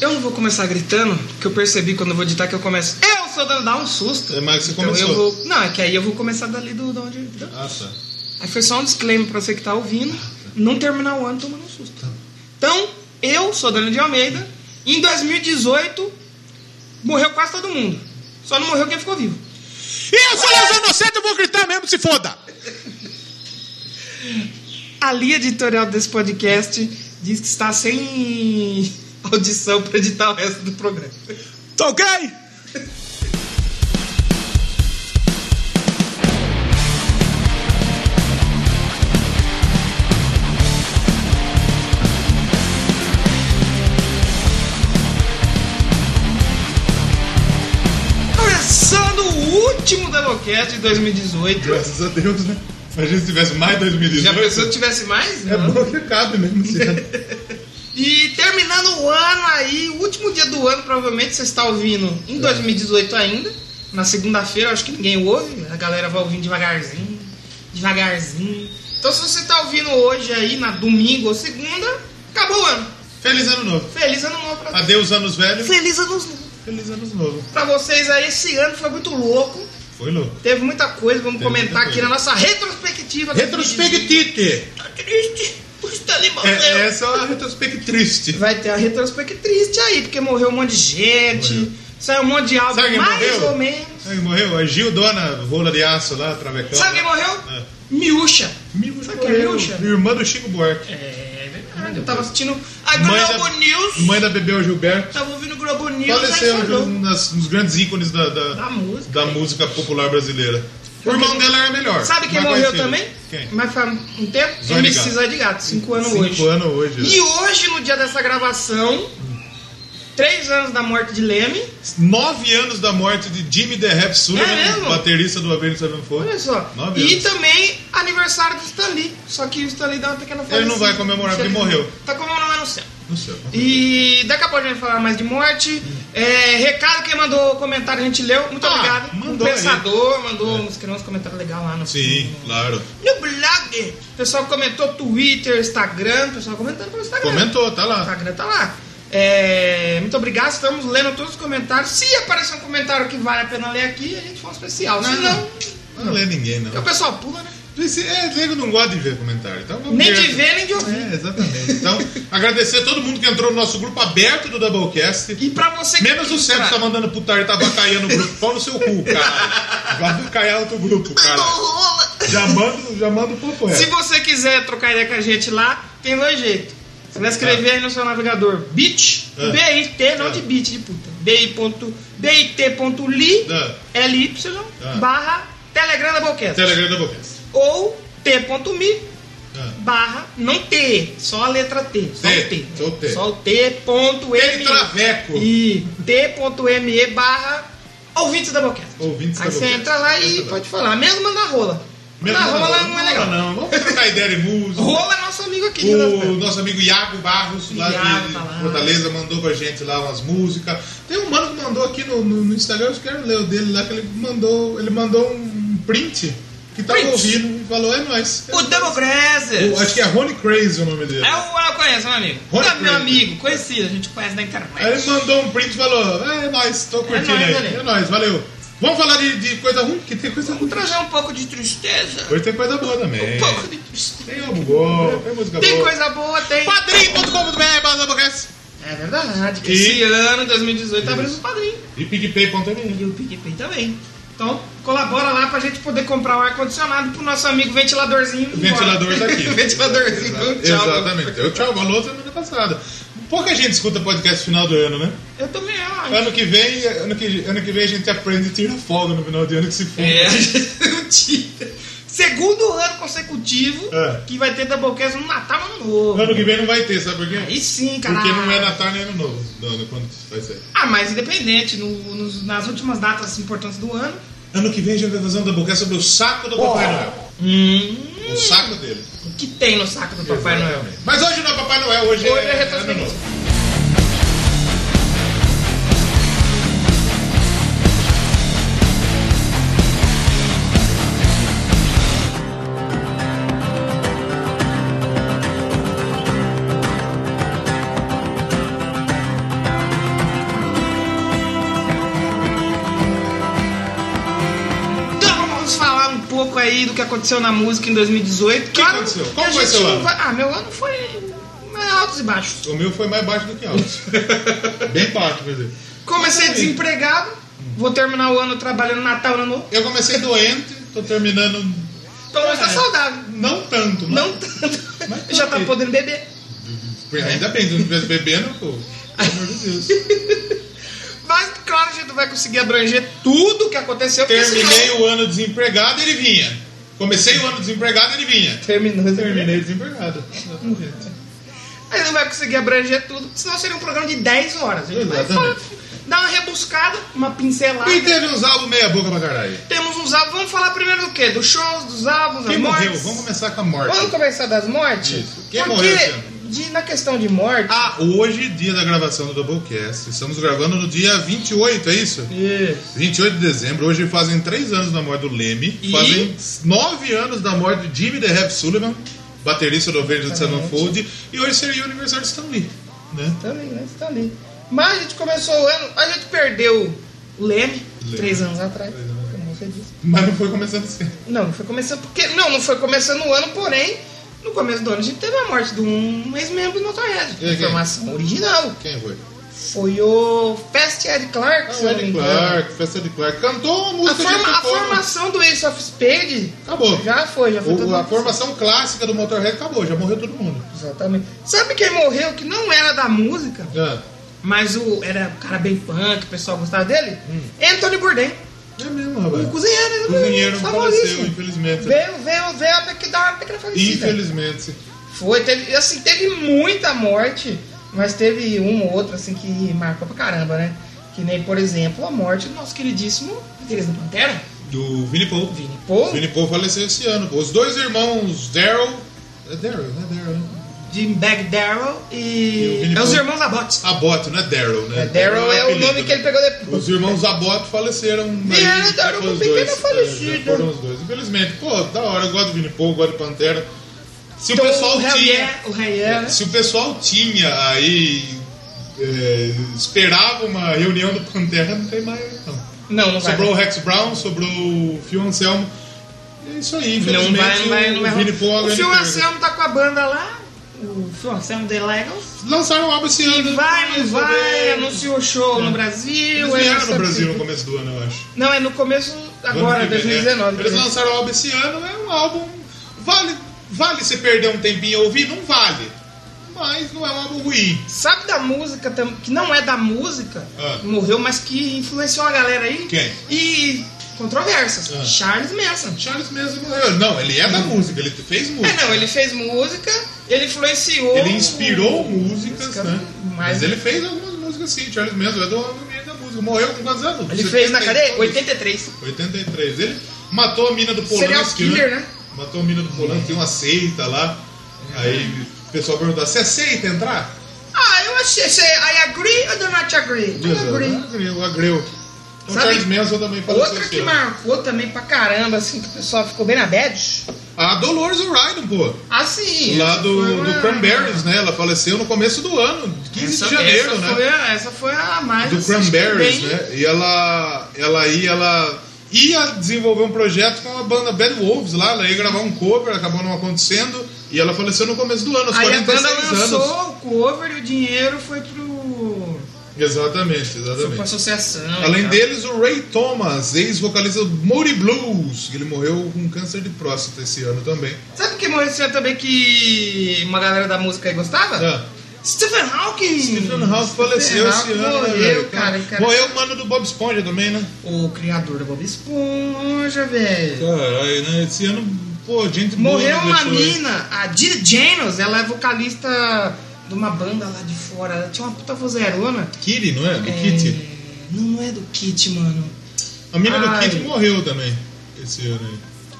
Eu não vou começar gritando, que eu percebi quando eu vou editar que eu começo. Eu sou dando dar um susto. É, mas você então começou. eu vou. Não, é que aí eu vou começar dali do de onde. Ah, tá. Aí foi só um disclaimer pra você que tá ouvindo. Não terminar o ano tomando um susto. Então, eu sou Daniel de Almeida. E em 2018, morreu quase todo mundo. Só não morreu quem ficou vivo. E eu sou Leandro Inocente, eu vou gritar mesmo, se foda! A linha editorial desse podcast diz que está sem audição pra editar o resto do programa. Tá ok? Começando o último Delocast de 2018. Graças a Deus, né? Se a gente tivesse mais Já 2018, pensou que tivesse mais? é bom que cabe mesmo. né? esse ano. E terminando o ano aí, o último dia do ano, provavelmente você está ouvindo em 2018 ainda. Na segunda-feira, acho que ninguém ouve, a galera vai ouvindo devagarzinho, devagarzinho. Então se você está ouvindo hoje aí, na domingo ou segunda, acabou o ano. Feliz ano novo. Feliz ano novo pra Adeus, anos velhos. Feliz ano novo. Feliz anos novo. Pra vocês aí, esse ano foi muito louco. Foi louco. Teve muita coisa, vamos Teve comentar muita aqui na coisa. nossa retrospectiva. Retrospectite! Tá triste, o Stanley É, morreu. essa é uma retrospectiva triste. Vai ter a retrospect triste aí, porque morreu um monte de gente, Morreu. saiu um monte de álbum Sabe quem mais morreu? ou menos. Sabe quem morreu? A Gildona, rola de aço lá, travecão. Sabe quem morreu? É. Miúcha. Miúcha Sabe quem é morreu. Miúcha? Irmã do Chico Buarque. É verdade, eu tava assistindo a É, Globo News, mãe da Bebel Gilberto. tava ouvindo o Globo News, Faleceu aí de falou um das- um dos grandes ícones da, da, da música. da música popular brasileira. O irmão dela era melhor. Sabe quem Mas morreu quem? também? Quem? Mas faz um tempo, Zóio de MC Gato. Zóio de Gato, 5 anos Cinco hoje. anos hoje. E hoje, no dia dessa gravação, 3 anos da morte de Leme, Nove anos da morte de Jimmy The Rap Sullivan, É mesmo? baterista do Avenged Sevenfold. olha só. Nove E anos. também aniversário do Stanley. Só que o Stanley dá uma pequena falecida. não vai comemorar porque morreu. Tá comemorando no céu. No céu. E daqui a pouco a gente vai falar mais de morte. É, recado, quem mandou comentário, a gente leu. Muito Ah, obrigado. mandou o pensador mandou uns, escreveu uns comentários legais lá no, Sim, claro. no blog. O pessoal comentou Twitter, Instagram. O pessoal comentando pelo Instagram. Comentou, tá O lá. Instagram tá lá. É, muito obrigado, estamos lendo todos os comentários. Se aparecer um comentário que vale a pena ler aqui, a gente faz um especial. Se não, Não lê ninguém, não. porque o pessoal pula, né? Esse- É, nego não gosta de ver comentário. Então vamos Nem ver. de ver, nem de ouvir. É, exatamente. Então, agradecer a todo mundo que entrou no nosso grupo aberto do Doublecast. E pra você que Menos o Sérgio que tá mandando putar e tá abacaiando o grupo. Pau no seu cu, cara. Vai abacaiar outro grupo, cara. Já manda, já manda o papo Se reto. você quiser trocar ideia com a gente lá, tem dois jeitos. Você vai escrever aí no seu navegador bit, Ah. B-I-T, não Ah. de bit de puta. B-I ponto- bit.ly, Ah. L-Y, Ah. barra Telegram da Boquete. Telegram Doublecast. Ou t.me, Ah. barra, não T, só a letra T. Só T, o T. só o T. Só o T.me. Ele traveco. E T.me, barra, ouvintes da Boquete. Ouvintes Aí da você Boquete. entra lá e Entra lá. pode falar, mesmo mandar rola. Mesmo Mandar rola não é legal. Não, vamos trocar ideia de música. Rola é nosso amigo aqui. O né? nosso amigo Iago Barros, lá Iago de tá lá. Fortaleza, mandou pra gente lá umas músicas. Tem um mano que mandou aqui no, no- no Instagram, eu quero ler o dele lá, que ele mandou, ele mandou um print que tava Print. ouvindo e falou, é nóis. O Double Eu Brazzers. Acho que é Rony Crazy o nome dele. É o eu conheço, meu amigo. Rony Não, é meu Craig. amigo, conhecido, a gente conhece na internet. Aí ele mandou um print e falou: É nóis, tô curtindo nóis, aí. Ale. É nóis, valeu. Vamos falar de, de coisa ruim, que tem coisa ruim. Vou trazer um pouco de tristeza. Hoje tem coisa boa também. Um pouco de tristeza. Tem algo bom, tem música Tem boa. coisa boa, tem. Padrim.com.br, Badabocast. É verdade. que Esse E- ano, 2018, tá abrindo Isso. os padrinhos. E picpay.me. E o PicPay também. Então, colabora lá pra gente poder comprar o ar-condicionado pro nosso amigo ventiladorzinho. ir O embora. ventilador tá aqui. ventiladorzinho. Tchau. Exatamente. Eu tchau, falou semana passada. Pouca gente escuta podcast final do ano, né? Eu também acho. Ano que vem, ano que, ano que vem a gente aprende e tira folga no final de ano que se for. É, eu tiro. Segundo ano consecutivo É. que vai ter Doublecast no Natal e Ano Novo. Ano que vem não vai ter, sabe por quê? Aí sim, cara. Porque não é Natal nem Ano Novo, Dona, quando vai ser. Ah, mas independente, no, nos- nas últimas datas importantes do ano. Ano que vem a gente vai fazer um doublecast sobre o saco do Papai Noel. Hum, O saco dele. o que tem no saco do Papai Noel? Mas hoje não é Papai Noel, hoje, Hoje é Ano retrospectiva. Novo. Thank Então, um aí do que aconteceu na música em 2018. O que aconteceu? Qual foi seu ano? Ah, meu ano foi é, altos e baixos. O meu foi mais baixo do que alto. Bem baixo, quer dizer. assim? Comecei desempregado, vou terminar o ano trabalhando Natal, Ano Novo. Eu comecei doente, tô terminando. Pelo menos tá saudável. Não tanto, É. mas. Não tanto. Mas por Já tá quê? podendo beber. Ainda bem, se não estivesse bebendo, pô. Pelo amor de Deus. Mas claro, a gente não vai conseguir abranger tudo o que aconteceu. porque Terminei senão- o ano desempregado, ele vinha. Comecei o ano desempregado, ele vinha. Terminou, terminei. Terminei desempregado. Exatamente. Mas não vai conseguir abranger tudo, porque senão seria um programa de 10 horas. A gente vai Exatamente. só dar uma rebuscada, uma pincelada. E teve uns álbuns meia boca pra caralho. Temos uns álbuns. Vamos falar primeiro do quê? Dos shows, dos álbuns, das Quem morreu? mortes? Vamos começar com a morte. Vamos começar das mortes? Isso. Quem Porque, morreu esse ano? de- na questão de morte. Ah, hoje, dia da gravação do Doublecast. Estamos gravando no dia 28, é isso? Isso. 28 de dezembro. Hoje fazem 3 anos da morte do Leme. E? Fazem 9 anos da morte de Jimmy The Rap Sullivan, baterista do Verde do Seven Fold. E hoje seria o aniversário de Stan Lee, né? Também, né? Tá ali. Mas a gente começou o ano, a gente perdeu o Leme, Leme. três anos atrás, Três anos como você disse. Mas não foi começando assim. Não, não foi começando porque. Não, não foi começando o ano, porém, no começo do ano a gente teve a morte de um ex-membro notoriedade. E aí, quem? Informação original. Quem foi? Foi o Fast Ed Clark, Ah, se o eu não me Eddie engano. Clark, Festa de Clark. Cantou uma A, música de forma- a Tocou. formação do Ace of Spade Acabou. já foi, já foi todo O- a mundo. formação clássica do Motorhead acabou, já morreu todo mundo. Exatamente. Sabe quem morreu que não era da música, Ah, mas o era um cara bem punk, o pessoal gostava dele? Anthony Bourdain, é mesmo, o rapaz. cozinheiro, O Hum. cozinheiro é favorito. faleceu, infelizmente. Veio, veio, veio até que dá uma pequena falecida. Infelizmente. Foi, teve, assim, teve muita morte, mas teve uma ou outra, assim, que marcou pra caramba, né? Que nem, por exemplo, a morte do nosso queridíssimo Guitarrista do Pantera, Do Vini Paul. Vini Paul, O Vini Paul faleceu esse ano. Os dois irmãos, Daryl. É Daryl, né? Daryl. né? Jim Bag Darrell E o e... Vini É os Paul. irmãos Abbott. Abbott, né? Daryl, né? Darrell é o apelido, nome que ele né? pegou depois. Os irmãos Abbott faleceram. mas Vieram, já Daryl foram com os pequena dois. falecida. É, já Foram os dois. Infelizmente, pô, da hora. Eu gosto do Vini Paul, eu gosto do Pantera. Se Então, o pessoal o Hell tinha. Yeah, o Hell Yeah, né? Se o pessoal tinha aí. é, esperava uma reunião do Pantera, não tem mais não. Não, não vai. Então, Sobrou o Rex Brown, sobrou o Phil Anselmo. É isso Não aí, infelizmente vai, não vai, não vai. o Vini Paul é uma O grande Phil perda. Anselmo tá com a banda lá, o Phil Anselmo The Legals. Lançaram o álbum esse ano. Vai, não eles vai, vieram. anunciou o show no Eles Brasil. é vieram isso no aqui. Brasil no começo do ano, eu acho. Não, é no começo Ano agora, que vem, né? 2019. Eles lançaram o álbum esse ano, é um álbum. Vale, vale se perder um tempinho e ouvir? Não vale. Mas não é um álbum ruim. Sabe da música, tam- que não é da música, Ah. morreu, mas que influenciou a galera aí? Quem? E controvérsias. Ah. Charles Manson. Charles mesmo morreu. Não, ele é da música, ele fez música. É, não, ele fez música, ele influenciou... Ele inspirou músicas, É, Música, né? mas- Mas, ele fez algumas músicas sim, Charles Manson é do movimento da música. Morreu com quantos anos? Ele fez na 73. cadeia 83. 83. Ele matou a mina do Polanski, Serial killer, né? Matou a mina do Polanski, tem uma seita lá. É. Aí o pessoal perguntou, você aceita entrar? Ah, eu achei. Você, I agree or do not agree? I agree. Agreu, é agreu. Então é Sabe- Charles Manson também faleceu Outra esse que ano. marcou também pra caramba, assim, que o pessoal ficou bem na bad. A Dolores O'Riordan, pô. Assim. Lá essa foi do, uma- do Cranberries, né? Ela faleceu no começo do ano, 15 Essa, de janeiro, essa né? Foi, a- essa foi a mais. do assim, Cranberries, bem- né? E ela, ela ia, ela ia desenvolver um projeto com a banda Bad Wolves lá, ela ia gravar um cover, acabou não acontecendo, e ela faleceu no começo do ano, aos Aí a banda 46 lançou anos. o cover e o dinheiro foi pro. Exatamente, Foi pra exatamente. associação. e Além tal. deles, o Ray Thomas, ex-vocalista do Moody Blues, que ele morreu com câncer de próstata esse ano também. Sabe quem morreu esse ano também que uma galera da música aí gostava? Ah, Stephen Hawking! Stephen House faleceu esse Hawking ano, né, Morreu, velho? cara, e cara. Morreu o mano do Bob Esponja também, né? O criador do Bob Esponja, velho. Caralho, né? Esse ano, pô, gente boa Morreu me uma deixou aí. mina, a Didi Janos, ela é vocalista de uma banda lá de fora. Ela tinha uma puta vozerona. Kitty, não é? Do Kitty. É, Não, não é do Kit, mano. A mina do Ai. Kid morreu também esse ano aí.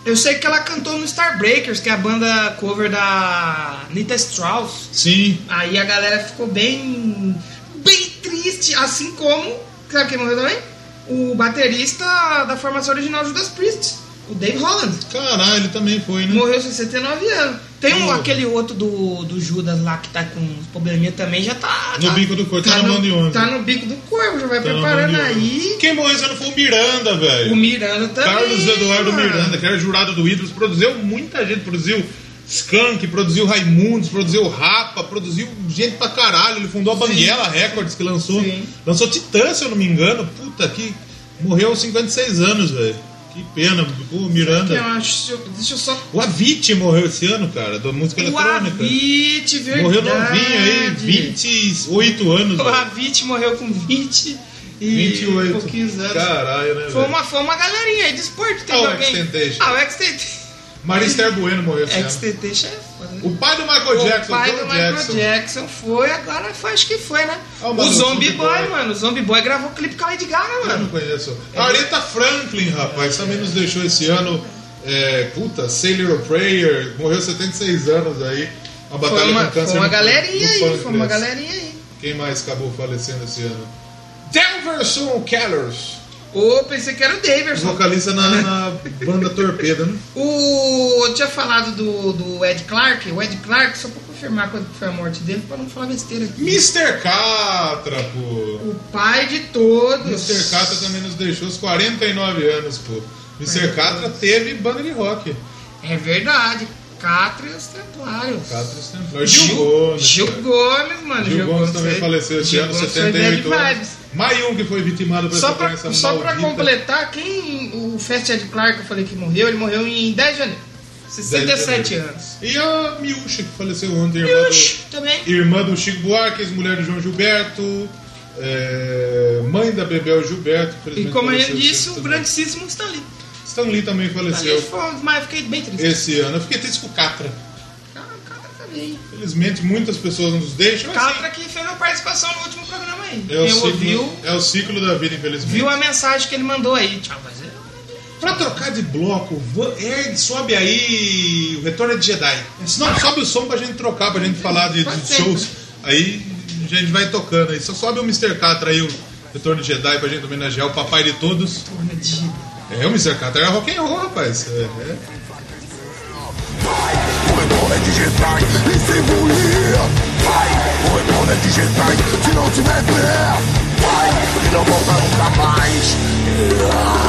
Eu sei que ela cantou no Starbreakers, que é a banda cover da Nita Strauss. Sim. Aí a galera ficou bem. bem triste, assim como. Sabe quem morreu também? O baterista da formação original Judas Priest, o Dave Holland. Caralho, ele também foi, né? Morreu aos 69 anos. Tem Hum. um- aquele outro do, do Judas lá que tá com uns probleminha também, já tá. No tá- bico do corpo, tá no mão de no, onde? tá no bico do corpo, já vai Tá na preparando mão de aí. Deus. Quem morreu esse ano foi o Miranda, O velho. Miranda também. Carlos Eduardo mano. Miranda, que era jurado do Ídolos, produziu muita gente, produziu Skank, produziu Raimundos, produziu Rapa, produziu gente pra caralho. Ele fundou a Banguela Records, que lançou, Sim. lançou Titã, se eu não me engano. Puta, que morreu aos 56 anos, velho. Que pena, pô, Miranda. Eu acho- deixa eu só. O Avicii morreu esse ano, cara, da música O eletrônica. Avit, verdade. Morreu novinho aí, 28 anos. O velho. Avit morreu com 20 e 28. pouquinhos anos. Caralho, né, Foi velho? uma, foi uma galerinha aí de esporte. Teve Ah, o alguém. X-Temptation. Ah, o X-Temptation. Marister Bueno morreu esse ano. X-Temptation é foda, né? O pai do Michael Jackson, o pai Joe do Michael Jackson. Jackson. foi, agora foi, acho que foi, né? Ah, o o maluco Zombie Zombie Boy, Boy. mano. O Zombie Boy gravou clipe com a Lady Gaga, Eu não mano. conheço. Aretha Franklin, rapaz, também nos deixou esse ano. É, puta, Sailor Prayer, morreu 76 anos aí. Uma batalha Foi uma, com câncer. foi uma no- galerinha no aí, pâncreas. foi uma galerinha aí. Quem mais acabou falecendo esse ano? Delverson Kellers, Ô, pensei que era o Daverson. vocalista na, na banda Torpedo, né? O, eu tinha falado do, do Ed Clark, o Ed Clark, só pra confirmar quando foi a morte dele, pra não falar besteira aqui. Mr. Catra, pô. O pai de todos. Mr. Catra também nos deixou aos 49 anos, pô. Mr. Catra teve banda de rock. É verdade. Catra e os Templários. Catra Templar. Gil Gil, Gomes. Gil cara. Gomes, mano. Gil Gomes também foi- faleceu esse Gil ano, Gomes foi 78 bad anos. vibes. Maium que foi vitimado por Só essa pra, doença só pra maldita. completar, quem o Fast Ed Clark, eu falei que morreu, ele morreu em 10 de janeiro. 67 10 de anos. E a Miúcha, que faleceu ontem, irmã do, Também. irmã do Chico Buarque, ex-mulher do João Gilberto, é, mãe da Bebel Gilberto. E infelizmente como eu já faleceu disse, esse é o ano grande Sismo está ali. também. Stan Lee também Ali faleceu foi, um dos mais- fiquei bem triste. esse ano. Eu fiquei triste com o Catra. Ah, Catra também. Infelizmente, muitas pessoas nos deixam. mas Catra que fez uma participação no último programa aí. É o, Quem ciclo, ouviu, é o ciclo da vida, infelizmente. viu a mensagem que ele mandou aí. Tchau, mas é. eu- Pra trocar de bloco, vo- é, sobe aí o Retorno de Jedi. É Se não, sobe o som pra gente trocar, pra gente falar de, de Pode ser. shows. Aí a gente vai tocando aí. Só sobe o Mr. Catra aí, o Retorno de Jedi, pra gente homenagear o papai de todos. Porra, de- É, o Mr. Catra era rock and roll, rapaz. É, é. Retorno de Jedi e se evoluir Vai, o retorno de Jedi Se não tiver fé Vai, e não volta nunca mais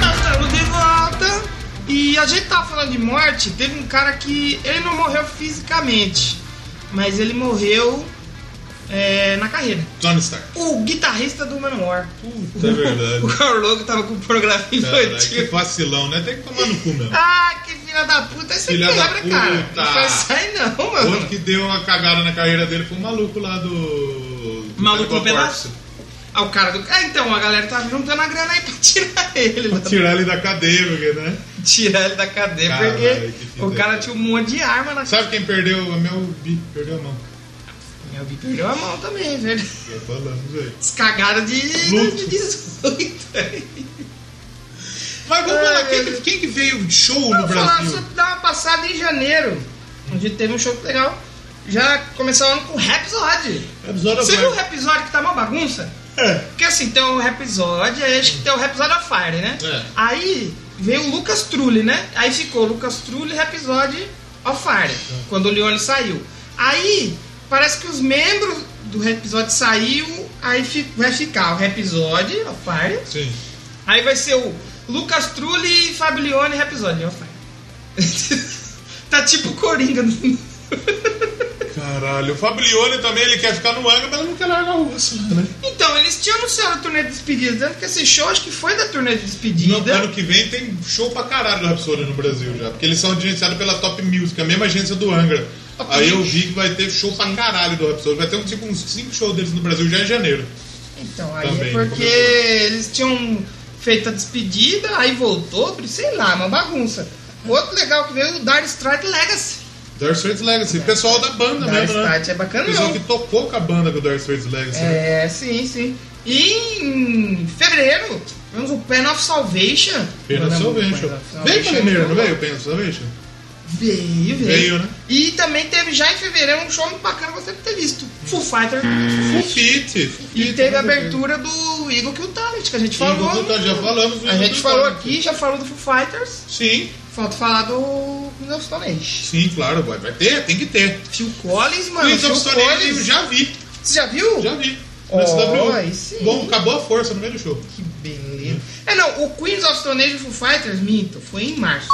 Nós estamos de volta. E a gente tava falando de morte, teve um cara que. Ele não morreu fisicamente, mas ele morreu é, na carreira. Tony Stark. O guitarrista do Manowar. Puta, é verdade. O Carl Logan tava com pornografia Caralho, que infantil. vacilão, né? Tem que tomar no cu mesmo. Ah, que filha da puta, esse Filha da quebra, cara. puta. Não vai sair não, mano. Outro que deu uma cagada na carreira dele foi o maluco lá do. do Maluco no Cannibal pedaço? Corpse. Ah, o cara do. Ah, então, a galera tá juntando a grana aí pra tirar ele. lá. Tirar ele da cadeia, porque, né? Tirar ele da cadeia, Caralho, que porque filha o da cara puta. tinha um monte de arma na Sabe quem perdeu? A Mel B perdeu É a mão. Meu Bi perdeu a mão também, velho. Já falamos aí. Descagada de, Luto. de 18. Mas vamos Ai, lá, quem, meu que- quem que veio de show no É. Vamos falar, só Brasil? dar uma passada em janeiro. Onde teve um show legal. Já começou o ano com Rhapsody. Episódio Você vai. viu o Rhapsody que tá uma bagunça? É. Porque assim, tem o Rhapsody, aí acho que tem o Rhapsody of Fire, né? É. Aí veio o Lucas Trulli, né? Aí ficou Lucas Trulli e Rhapsody of Fire, quando o Leone saiu. Aí parece que os membros do Rhapsody saiu, aí fi- vai ficar o Rhapsody of Fire, Sim. Aí vai ser o Lucas Trulli e Fábio Leone e Rhapsody. of Fire. tá tipo Coringa. Caralho, o Fablione também ele quer ficar no Angra, mas ele não quer largar o osso, né? Então, eles tinham anunciado a turnê de despedida, tanto que esse show acho que foi da turnê de No despedida. ano que vem tem show pra caralho do Rhapsody no Brasil já. Porque eles são gerenciados pela Top Music, a mesma agência do Angra. Aí eu vi que vai ter show pra caralho do Rhapsody. Vai ter um, tipo, uns 5 cinco shows deles no Brasil já em janeiro. Então, aí Também, é porque começou. eles tinham feito a despedida, aí voltou, sei lá, uma bagunça. O outro legal que veio é o Dire Strike Legacy. Dire Straits Legacy. Pessoal da banda Dire mesmo, né? Straits é bacana, Pessoal não. que tocou com a banda do Dire Straits Legacy. né? É, sim, sim. E em fevereiro, tivemos o Pen of Salvation. Pena Banda- Salvation. Pen of Veio pra Mineiro, não Salvation. é veio? Pena Salvation? Veio, veio. Veio, né? E também teve já em fevereiro um show muito bacana que você deve ter visto. Full Fighter. Fufite. E teve a abertura do Eagle Kill Talent, que a gente falou. né? tá Já falamos. do A gente Eagle falou Talent. aqui, já falou do Foo Fighters, Sim, falta falar do Queens of Stone Age. sim, claro. Vai, vai ter, tem que ter. Phil Collins, mano, Queens Phil of Stone Age eu Collins. já vi. Você já viu? Já vi. Oh, Na SW. aí sim. Bom, acabou a força no meio do show. Que beleza. É, não, o Queens of Stone Age e Foo Fighters, minto, foi em março.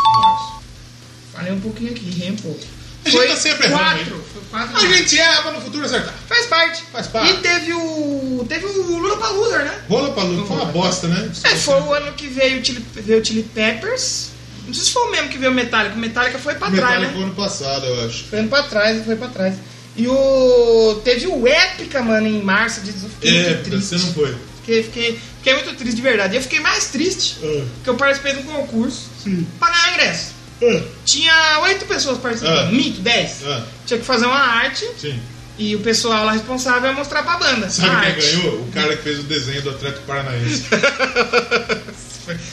Falei um pouquinho aqui, errei um pouco. A gente foi tá sempre errando, quatro, hein? foi quatro. A gente erra no futuro acertar. Faz parte. Faz parte. E teve o. Teve o Lula Paluser, né? Rola pra Lu, foi uma bosta, né? É, foi o ano que veio o Chili, veio o Chili Peppers. Não sei se foi o mesmo que veio o Metallica. O Metallica foi pra trás, né? Metallica ano passado, eu acho. Foi indo pra trás, foi pra trás. E o. Teve o Épica, mano, em março de eu fiquei É, muito triste. você não foi. Fiquei, fiquei, fiquei muito triste de verdade. Eu fiquei mais triste Ah. porque eu participei de um concurso pra ganhar ingresso. Ah, Tinha oito pessoas participando, Ah. mito, dez. Ah. Tinha que fazer uma arte Sim. e o pessoal lá responsável ia mostrar pra banda. a Sabe quem arte. ganhou? O cara que fez o desenho do Atlético Paranaense.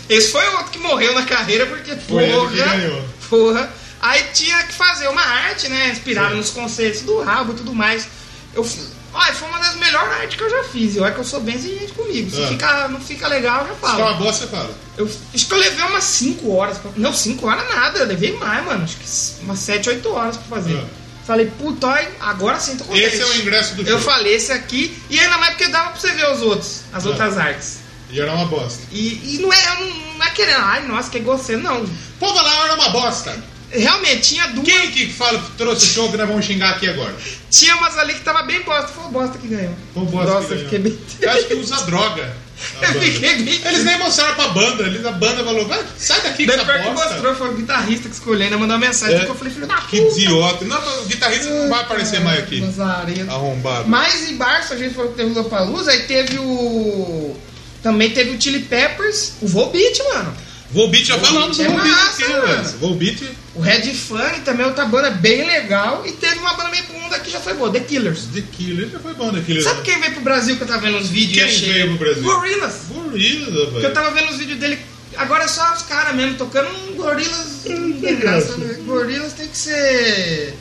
Esse foi o outro que morreu na carreira, porque Foi ele que porra, ganhou. porra. Aí tinha que fazer uma arte, né? Inspirada nos conceitos do rabo e tudo mais. Eu fiz. Olha, foi uma das melhores artes que eu já fiz. E olha que eu sou bem exigente comigo. Se Ah. fica, não fica legal, eu já Se é uma falo. bosta, você fala. Eu, acho que eu levei umas 5 horas. pra- não, 5 horas nada. Eu levei mais, mano. Acho que umas 7, 8 horas pra fazer. Ah. Falei, puta, olha, agora sim tô contente. Esse é o ingresso do Eu show. falei esse aqui. E ainda mais porque dava pra você ver os outros. As Ah. outras artes. E era uma bosta. E, e não, é, eu não, não é querendo, ai, nossa, que você não. Pô, vai lá, era uma bosta. Realmente, tinha duas. Quem que fala, trouxe o show que nós vamos xingar aqui agora? Tinha umas ali que tava bem bosta. Foi o bosta que ganhou. Foi o bosta que nossa, eu ganhou. fiquei bem. Eu acho que usa droga. a Eu banda. fiquei bem. Eles nem mostraram pra banda. Eles, a banda falou, vai, sai daqui com Daí essa pior que bosta. mostrou, foi o guitarrista que escolheu, ainda mandou uma mensagem É. que eu falei, filho da puta. Que idiota. Não, mas o guitarrista não vai aparecer mais aqui. Ah. Lazarento. Arrombado. Mas em março a gente falou que teve o Lopaluz, aí teve o. Também teve o Chili Peppers, o Volbeat, mano. Volbeat já falamos do é Volbeat massa, aqui, mano. velho. Volbeat, O Red Fang também é outra banda bem legal. E teve uma banda meio bunda que já foi boa, The Killers. The Killer, já foi bom The Killer. Sabe quem veio pro Brasil que eu tava vendo os vídeos? e Quem achei? veio pro Brasil? Gorillaz. Gorila, Porque eu velho. tava vendo os vídeos dele. Agora é só os caras mesmo tocando um Gorillaz. Não tem graça, né? Gorillaz tem que ser.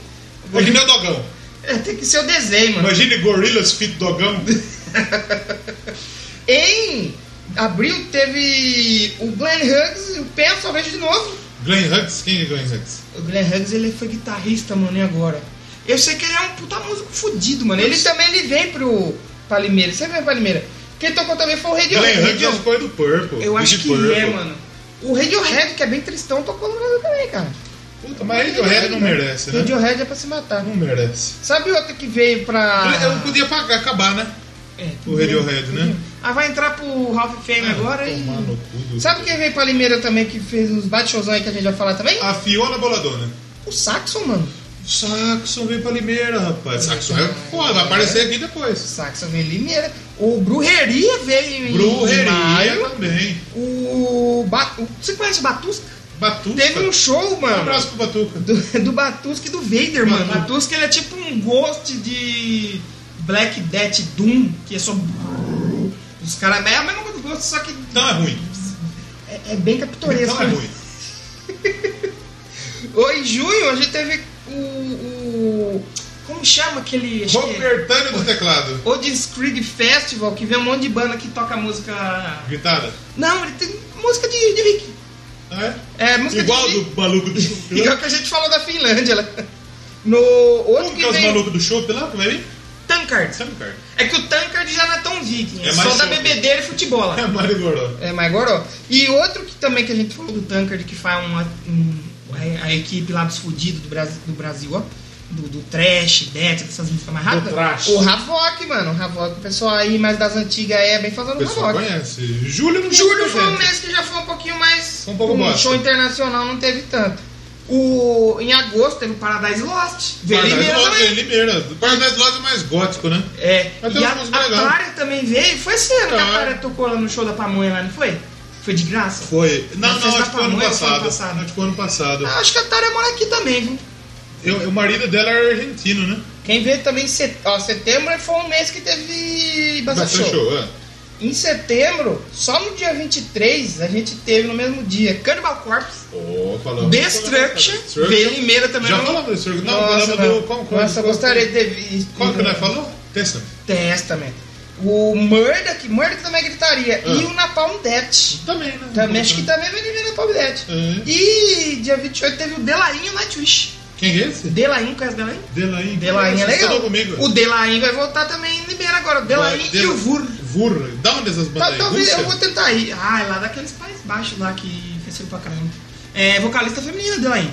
É que nem o Dogão. É, tem que ser o desenho, mano. Imagine Gorilas fit Dogão. Em abril teve o Glenn Hughes e o Pen Salvation de novo. Glenn Hux? Quem é Glenn Hux? O Glenn Hughes ele foi guitarrista, mano, e agora? Eu sei que ele é um puta músico fudido, mano. Ele também ele vem pro Palimeira. Você vê Palimeira? Quem tocou também foi o Radiohead. Glenn Hux é o pai do Purple. Eu do acho Deep que Purple. é, mano. O Radiohead, que é bem tristão, tocou no Brasil também, cara. Puta, mas é Radiohead não merece, né? Radiohead é pra se matar. Não merece. Sabe outro que veio pra. Eu não podia pagar, acabar, né? É, O Radiohead, né? Ah, Ah, vai entrar pro Hall of Fame agora e. Tomar no cu do- Sabe quem veio pra Limeira também que fez uns bate-showzão aí que a gente vai falar também? A Fiona Boladona. O Saxon, mano. O Saxon veio pra Limeira, rapaz. Saxon é foda, vai aparecer aqui depois. Saxon veio em Limeira. O Brujeria veio em Brujeria maio. também. O, Ba- o- Você conhece o Batusca? Batuta. Teve um show, Um mano. abraço pro Batuca. Do, do Batusca e do Vader, mano. Batuca. Batusca ele é tipo um ghost de Black Death Doom, que é só. Os caras. É a mesma coisa do ghost, só que Não é ruim. é, é bem capitoresco. Não é né? ruim. Oi, em junho a gente teve o. o- como chama aquele. acho que é- Robertânio do teclado. O Discrig Festival, que vem um monte de banda que toca música. Gritada. Não, ele tem música de, de Rick. Ah, é? É, música Igual de. do maluco do né? Rick. Igual Chup. que a gente falou da Finlândia lá. No outro Como que é que os vem. malucos do Chup lá? Como é aí? Tankard. Sabe, cara? É que o Tankard já não é tão viking, é, É mais só da show. bebedeira e futebol. É Mário Goró. É, mas agora, ó. E outro que também que a gente falou do Tankard, que faz uma. um- a, a equipe lá dos fudidos do Brasil, do Brasil ó. Do, do trash, death, dessas músicas mais rápidas. thrash. O Havok, mano. O Havok, o pessoal aí mais das antigas é bem fazendo O o pessoal Havok. conhece. Júlio não Julho conhece foi um gente. mês que já foi um pouquinho mais. Foi um pouco bosta. show internacional não teve tanto. O, em agosto teve o Paradise Lost. Paradise Verimiro Lost, também. Limeira. O Paradise Lost é mais gótico, né? É, Mas e tem a, umas a legal. Tária também veio. Foi assim, esse ano que a Tá. Tária tocou lá no show da Pamonha lá, não foi? Foi de graça? Foi. Não, Mas não, fez acho que da foi ano Pamonha, foi ano passado. passado. Acho que foi ano passado. Ah, acho que a Tária mora aqui é também, viu? Eu- o marido dela era argentino, né? Quem veio também em set... ó, setembro foi um mês que teve bastante, show. é. Em setembro, só no dia 23, a gente teve no mesmo dia Cannibal Corpse, Ô, falamos. Destruction, Destruction. veio em Limeira também. Já no- falamos do Destruction. Não, Nossa, falamos mano. do... Como, como, Nossa, eu como- gostaria de ter visto. Qual que nós falou? Testa. Testament. O Murda, que Murda que também é gritaria. Ah. E o Napalm Death. Também, né? Também, acho que Então, também vai viver Napalm Death. É. E dia 28 teve o Delain e o Nightwish. Quem é esse? Delain, conhece o Delain? Delain. Delain é Você legal. falou comigo. O Delain vai voltar também em Limeira agora. O Delain Vai, e o Delain. Vur. Vur. Da onde essas bandas Tá, aí? talvez Rússia? eu vou tentar ir. Ah, é lá daqueles pais baixos lá que fez pra caramba. É vocalista feminina, Delain.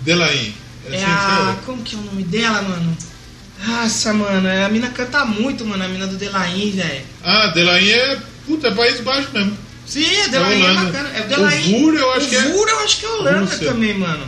Delain. É a. sincero? Como que é o nome dela, mano? Nossa, mano, a mina canta muito, mano, a mina do Delain, velho. Ah, Delain é... Puta, é País Baixo mesmo. Sim, a Delain é, Holanda. bacana. É o Delain. O Vura eu acho que é- O Vura eu acho que é Holanda Rússia. também, mano.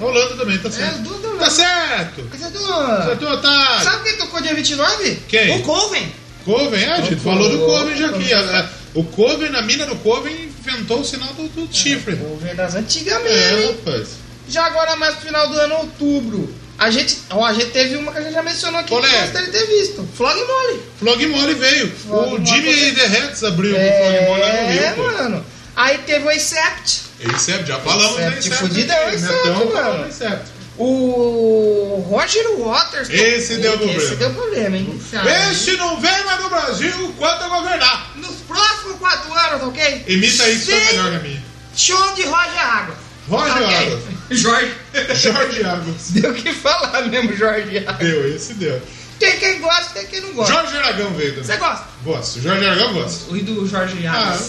A Holanda também, tá É, as certo. duas da Tá Holanda. certo. Mas é do- Tá certo, otário. Sabe quem tocou dia 29? Quem? O Coven. Coven, é, a gente O falou do Coven. Coven já aqui. A- a- O Coven, a mina do Coven inventou o sinal do, É. do chifre. Coven das antigas mesmo, É, hein? rapaz. Já agora mais pro final do ano, outubro. A gente, ó, a gente teve uma que a gente já mencionou aqui, Qual que é? eu gostaria de ter visto. Flog Mole. Flog Mole veio. Flog o Jimmy Mole. The Hats abriu o Flog Mole lá no Rio. É, pô. mano. Aí teve o Acept, Incept, já falamos Incept, do Incept. fudidão, aqui, né? Incept, Então, mano. falamos do Incept. o Roger Waters. Esse deu Esse problema. deu problema, hein? Esse aí- Este não vem mais no Brasil enquanto eu governar. Nos próximos quatro anos, ok? Imita isso que Sem é melhor que a minha. Show de Roger Água. Roger Ok. Água. Jorge. Jorge Águas. Deu o que falar mesmo, Jorge Água. Deu, esse deu. Tem quem gosta, tem quem não gosta. Jorge Aragão veio também. Você gosta? Gosto. Jorge Aragão gosto. O do Jorge Ah, Água.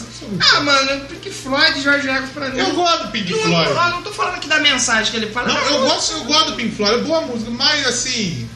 Ah, mano, Pink Floyd, Jorge Água pra mim. eu gosto do Pink Não, Floyd. eu não tô falando aqui da mensagem que ele fala. Não, mas eu gosto, eu gosto do Pink Floyd, é boa música, mas assim,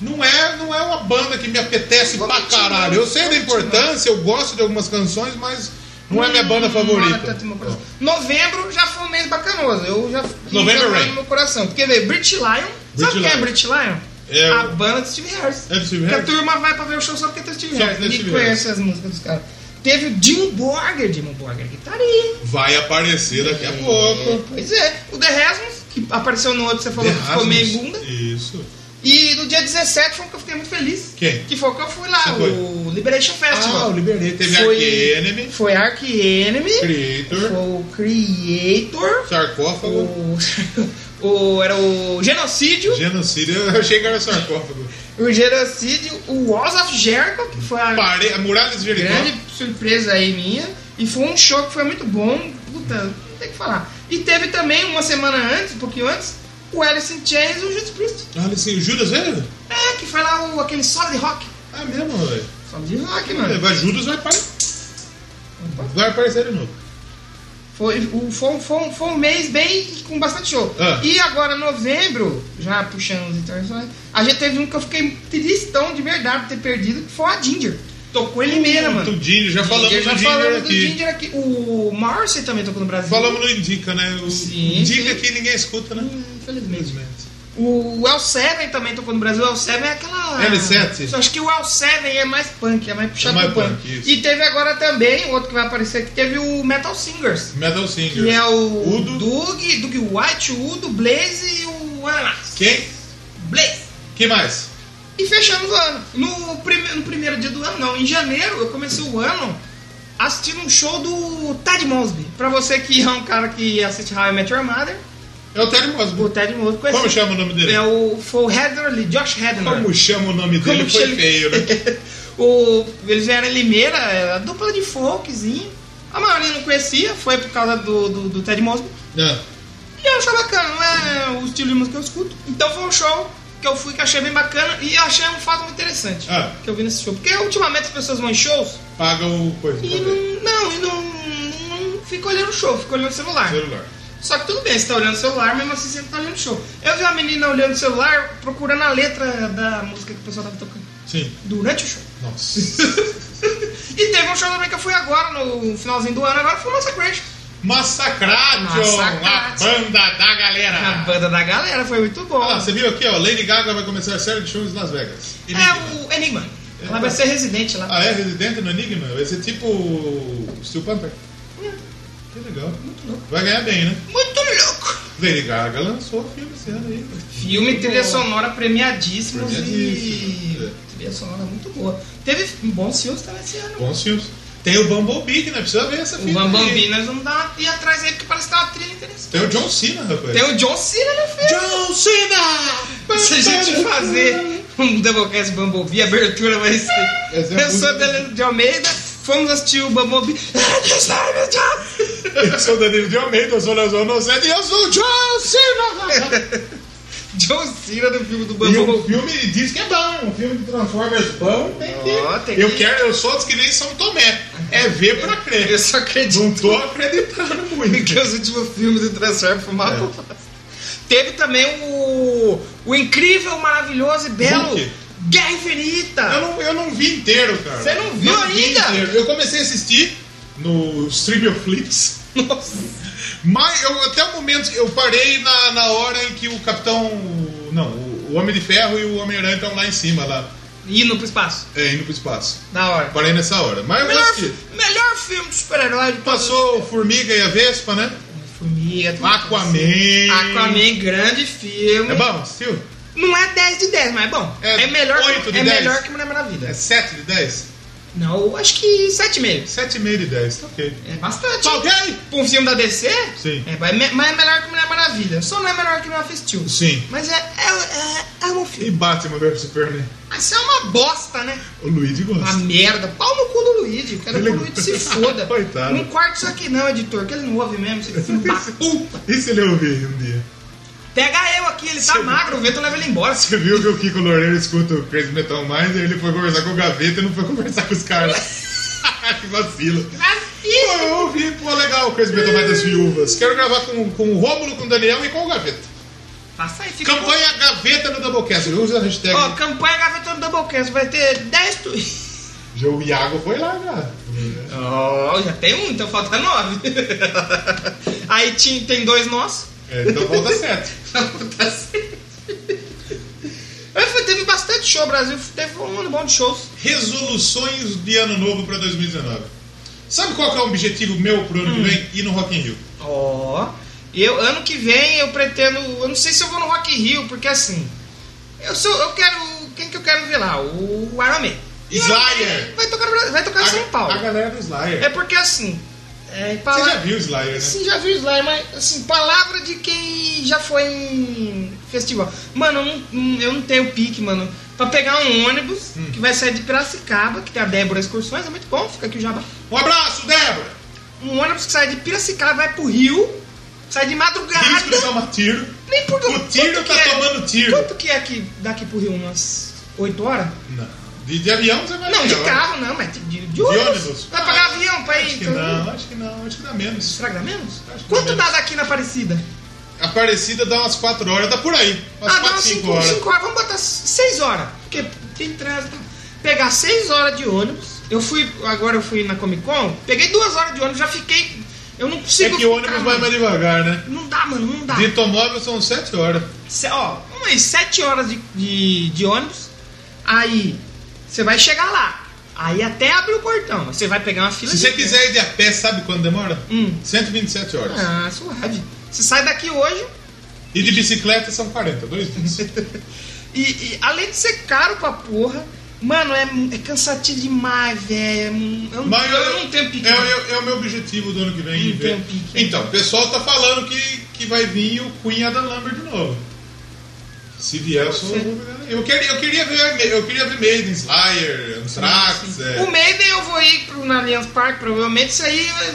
não é, não é uma banda que me apetece Vou pra mentir, caralho. não. Eu sei da importância, eu gosto de algumas canções, mas não é minha banda Não, é favorita. tanto meu coração. Novembro já foi um mês bacanoso. Eu já November já tá Rain. no meu coração. Porque veio British Lion. sabe British quem é Lion. British Lion? É a o- banda do Steve Harris. É do Steve Porque Harris? a turma vai pra ver o show só porque tem o Steve Só Harris. porque tem o Ninguém Steve conhece as músicas dos caras. Teve o Jim Borger. Jim Borger, guitarrinha. Vai aparecer daqui Hum. a pouco. Pois é. O The Rasmus, que apareceu no outro, você falou que ficou meio bunda. Isso. E no dia 17 foi o que eu fiquei muito feliz. Quem? Que foi o que eu fui lá, Você foi? o Liberation Festival. Ah, o Liberty. Teve Foi- Arcanemy, Foi Arc Enemy. Creator, Foi o Creator. Sarcófago. O, o- era o Genocídio. Genocídio, eu achei que era sarcófago. o Genocídio. O Walls of Jericho, que foi a Pare... Muralhas de Jericó. grande surpresa aí minha. E foi um show que foi muito bom. Puta, não tem o que falar. E teve também, uma semana antes, um pouquinho antes, o Alice in Chains e o Judas Priest. Olha assim, o Judas veio? É, que foi lá o, aquele solo de rock. Ah, mesmo, velho. Solo de rock, É, mano. vai- Judas vai aparecer. Vai aparecer de novo. Foi, o- foi, um- foi um- foi um mês bem com bastante show. Ah. E agora, novembro, já puxando os internacionais, a gente teve um que eu fiquei tristão de verdade de ter perdido, que foi a Ginger. Tocou em Limeira, mano. Do Ginger, já falamos Ginger, do já Ginger falamos do aqui. Ginger aqui. O Morrissey também tocou no Brasil. Falamos no Indica, né? O Sim, Indica sim. que ninguém escuta, né? Hum, Infelizmente. Infelizmente. O L7 também tocou no Brasil. O L7 é aquela. L7? Eu acho que o L7 é mais punk, é mais puxado É mais pro punk. punk, isso. e teve agora também, outro que vai aparecer aqui, teve o Metal Singers. Metal Singer. Que é o Udo. Doug, Doug White, o Udo, Blaze e o Ananas. Quem? Blaze. Quem mais? E fechamos o ano. No, prime- no primeiro dia do ano, não. Em janeiro, eu comecei o ano assistindo um show do Ted Mosby. Pra você que é um cara que assiste How I Met Your Mother, É o Terry o Mosby. Ted Mosby conhece. Como chama o nome dele? É o, foi o Heatherly, Josh Heather. né? Como chama o nome dele? Como Foi chama- feio, né? o, eles vieram em Limeira, era dupla de folkzinho. A maioria não conhecia, foi por causa do, do, do Ted Mosby. Não. E eu achei bacana, não é o estilo de música que eu escuto. Então foi um show que eu fui que eu achei bem bacana e eu achei um fato muito interessante Ah. que eu vi nesse show. Porque ultimamente as pessoas vão em shows Paga o coisa tá pra e ver. não, não, e não, não fica olhando o show, fica olhando o celular. Celular. Só que tudo bem, você tá olhando o celular, mesmo assim você não tá olhando o show. Eu vi uma menina olhando o celular, procurando a letra da música que o pessoal tava tocando Sim. durante o show. Nossa. E teve um show também que eu fui agora, no finalzinho do ano, agora foi o Massacration. Massacration. Massacration, a banda da A galera. banda da galera foi muito bom. Olha lá, você viu aqui, ó. Lady Gaga vai começar a série de shows em Las Vegas. Enigma. é o Enigma. Ela vai ser residente lá. Ah, é? Residente no Enigma? Vai ser tipo É. o Steel Panther. Que legal. Vai ganhar bem, né? Muito louco. Lady Gaga lançou o filme esse ano aí. velho. Filme e trilha sonora premiadíssimos Premiadíssimo, e. é. Trilha sonora muito boa. Teve bons filmes também esse ano. Bons filmes. Tem o Bumblebee, que não precisa ver essa O né? fita. Bambambi, aí. nós vamos dar uma ir atrás aí, porque parece que tá uma trilha interessante. Tem o John Cena, rapaz. Tem o John Cena no filme. John Cena! Se a gente fazer um Doublecast Bumblebee, a abertura vai ser. Essa é a Eu sou música. Delano de Almeida, fomos assistir o Ah, Bumblebee. tá, Eu sou o Danilo de Almeida, eu sou o Leozão Nocete e eu sou o John Cena! John Cena no filme do E o Bumblebee. filme diz que é bom, um filme que Transformers bom tem que... Ó, tem eu que- quero, eu sou dos que nem São Tomé. É ver pra Eu crer. só acredito Não tô acreditando muito. que os últimos filmes do Transformers foi É. uma bosta. Teve também o, o incrível, maravilhoso e belo Hulk. Guerra Infinita. Eu não, eu não vi inteiro, cara. Você não viu vi ainda? inteiro. Eu comecei a assistir no Stream of Flips. Nossa. Mas eu- até o momento eu parei na, na hora em que o Capitão. Não, o, o Homem de Ferro e o Homem-Aranha estão lá em cima, lá, Indo pro espaço. é, indo pro espaço. Da hora. Parei nessa hora. Mas eu Melhor, assisti. melhor filme de super-herói de Passou o Formiga e a Vespa, né? Formiga, tudo Aquaman. Aquaman, grande filme. É bom, Sil? Não é 10 de 10, mas é bom. É É, melhor, oito de é 10. melhor que Mulher É Maravilha. 7 de 10? Não, eu acho que 7,5. 7,5 de 10, tá ok. É bastante. Tá ok? Pra um filme da DC? Sim. É, mas, é me- mas é melhor que Mulher Maravilha. Só não é melhor que Mulher Steel. Sim. Mas é, é, é, é um E filme. Batman vs Superman? Mas é uma bosta, né? O Luigi Uma gosta. merda. Pau no cu do Luigi. Eu quero que o Ele- Luigi se foda. Coitado. Não corte isso aqui não, editor, que ele não ouve mesmo. Esse filho da puta. E se ele ouvir um dia? Pega eu aqui, ele tá magro, o vento leva ele embora. Você viu que o Kiko Loureiro escuta o Crazy Metal Mind e ele foi conversar com o Gaveta e não foi conversar com os caras. que vacilo. Pô, Vacilo. eu ouvi, pô, legal o Crazy Metal Mind das viúvas. Quero gravar com, com o Rômulo, com o Daniel e com o Gaveta. Passa aí, fica... Campanha Gaveta no Doublecast. Usa a hashtag. Ó, campanha Gaveta do Doublecast, vai ter 10 tweets. Já O Iago foi lá, já. Ó, já tem um, então falta 9. aí tinha, tem dois nossos. É, então volta certo. Tá certo. Mas foi- teve bastante show, Brasil. Teve um ano bom de shows. Resoluções de ano novo pra 2019. Sabe qual que é o objetivo meu pro Hum. ano que vem? Ir no Rock in Rio. Ó. Eu, ano que vem eu pretendo. Eu não sei se eu vou no Rock in Rio, porque assim. Eu sou. Eu quero. Quem que eu quero ver lá? O Iron Man. E o Iron Man Slayer. Vai tocar, no Brasil- vai tocar em São Paulo. A galera do Slayer. É porque assim. É, pala- Você já viu o Slayer, né? Sim, já vi o slime, mas assim, palavra de quem já foi em festival. Mano, eu não, hum, eu não tenho pique, mano. Pra pegar um ônibus Hum. que vai sair de Piracicaba, que tem a Débora Excursões, é muito bom, fica aqui o Jabá. Um abraço, Débora! Um ônibus que sai de Piracicaba, vai pro Rio, sai de Risco de madrugada. tomar tiro. Nem porque O tiro quanto tá que é- tomando tiro. Quanto que é aqui, daqui pro Rio? Umas 8 horas? Não. De, de avião você vai Não, de avião. carro não, mas de, de, de ônibus. ônibus? Vai pagar Ah, avião pra ir. Acho que então, não, acho que não, acho que dá menos. Será que dá menos? Acho que Quanto dá dá daqui na Aparecida? Aparecida dá umas 4 horas, dá por aí. Umas Ah, 4, dá umas 5 5 horas. horas. Vamos botar 6 horas. Porque tem trânsito. Pegar 6 horas de ônibus. Eu fui, agora eu fui na Comic Con, peguei 2 horas de ônibus, já fiquei. Eu não É consigo. que o ficar, ônibus vai mano. mais devagar, né? Não dá, mano, não dá. De automóvel são 7 horas. Cê- ó, vamos aí, 7 horas de, de, de ônibus. Aí você vai chegar lá. Aí até abre o portão. Você vai pegar uma fila Se de você quiser ir de a pé, sabe quando demora? Hum. 127 horas. Ah, suave. Você sai daqui hoje. E de bicicleta são 40, dois dias. E, e além de ser caro pra porra, mano, é, é cansativo demais, velho. É um, Eu, não- Mas eu, não tenho pique. É, é- é o meu objetivo do ano que vem. Não ver. tenho pique. Então, o pessoal tá falando que, que vai vir o Queen Adam Lambert de novo. Se vier, eu sou. né? Eu queria, eu queria ver eu queria ver Maiden, Slayer, Anthrax. é. O Maiden eu vou ir pro na Allianz Park, provavelmente isso aí é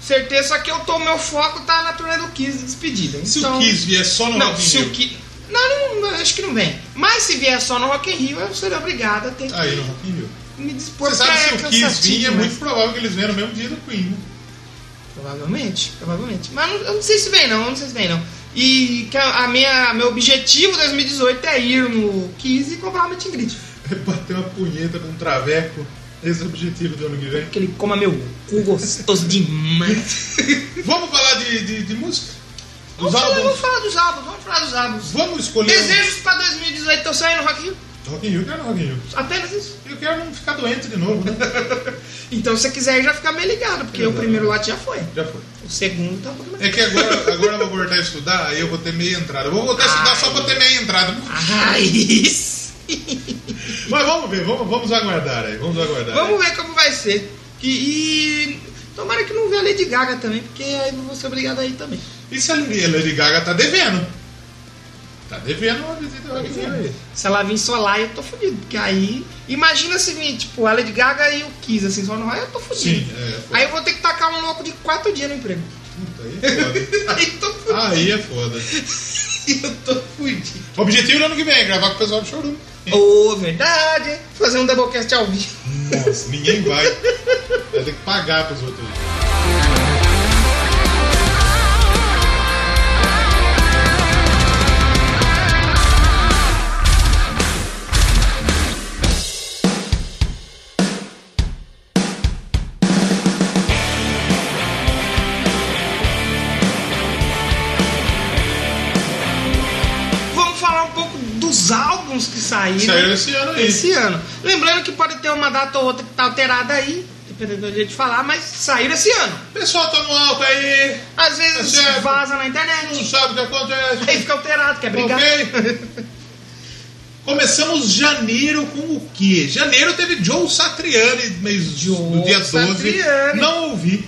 certeza, só que eu tô, meu foco tá na turnê do Kiss de despedida. Se então, o Kiss vier só no Não, Rock in se Rio, o Kiss. Não, não, não, acho que não vem. Mas se vier só no Rock in Rio, eu serei obrigado a ter que Aí no Rock in Rio. me dispor Você sabe porque né? se o Kiss vir, é demais. muito provável que eles venham no mesmo dia do Queen. né? Provavelmente, provavelmente. Mas não- eu não sei se vem não, eu não sei se vem não. E que a, a minha, meu objetivo 2018 é ir no 15 e comprar uma meet and greet. É bater uma punheta com um traveco. Esse é o objetivo do ano que vem. Que ele coma meu cu gostoso demais. Vamos falar de, de, de música? Dos vamos, falar, álbuns? vamos falar dos álbuns, vamos falar dos álbuns. Vamos escolher. um- Desejos pra 2018 estão saindo, Rock in Rio? Rock in Rio, eu quero Rock in Rio. Apenas isso. Eu quero não ficar doente de novo, né? Então, se você quiser, já fica meio ligado, porque o primeiro lote já foi. Já foi. O segundo tá um pouco mais. É que agora, agora eu vou voltar a estudar, aí eu vou ter meia entrada. Eu vou voltar a estudar só pra ter meia entrada. Ai, isso. Mas vamos ver, vamos, vamos aguardar aí, vamos aguardar. aí. Vamos ver como vai ser. E, e tomara que não venha a Lady Gaga também, porque aí eu vou ser obrigado aí também. E se a Lady a Lady Gaga tá devendo? Tá devendo uma visita É ao Rock in Rio aí. Se ela vir solar, eu tô fudido. Porque aí. Imagina se vir, tipo, a Lady Gaga e o Kiss, assim, só não vai, eu tô fudido. Sim, é, foi. aí eu vou ter que tacar um louco de quatro dias no emprego. Puta, aí é foda. aí tô fudido. Aí é foda. Eu tô fudido. O objetivo do ano que vem é gravar com o pessoal do Chorume. Ô, verdade. hein? Fazer um doublecast ao vivo. Nossa, ninguém vai. Vai ter que pagar pros outros. Vamos falar um pouco dos álbuns que saíram. Saiu esse ano aí. esse ano. Lembrando que pode ter uma data ou outra que tá alterada aí, dependendo do jeito de falar, mas saíram esse ano. Pessoal, tá no alto aí. Às vezes Tá certo. vaza na Não internet, sabe o que acontece. aí fica alterado, quer brigar. Ok. Começamos janeiro com o quê? Janeiro teve Joe Satriani, mês Joe no dia 12. Satriani. Não ouvi.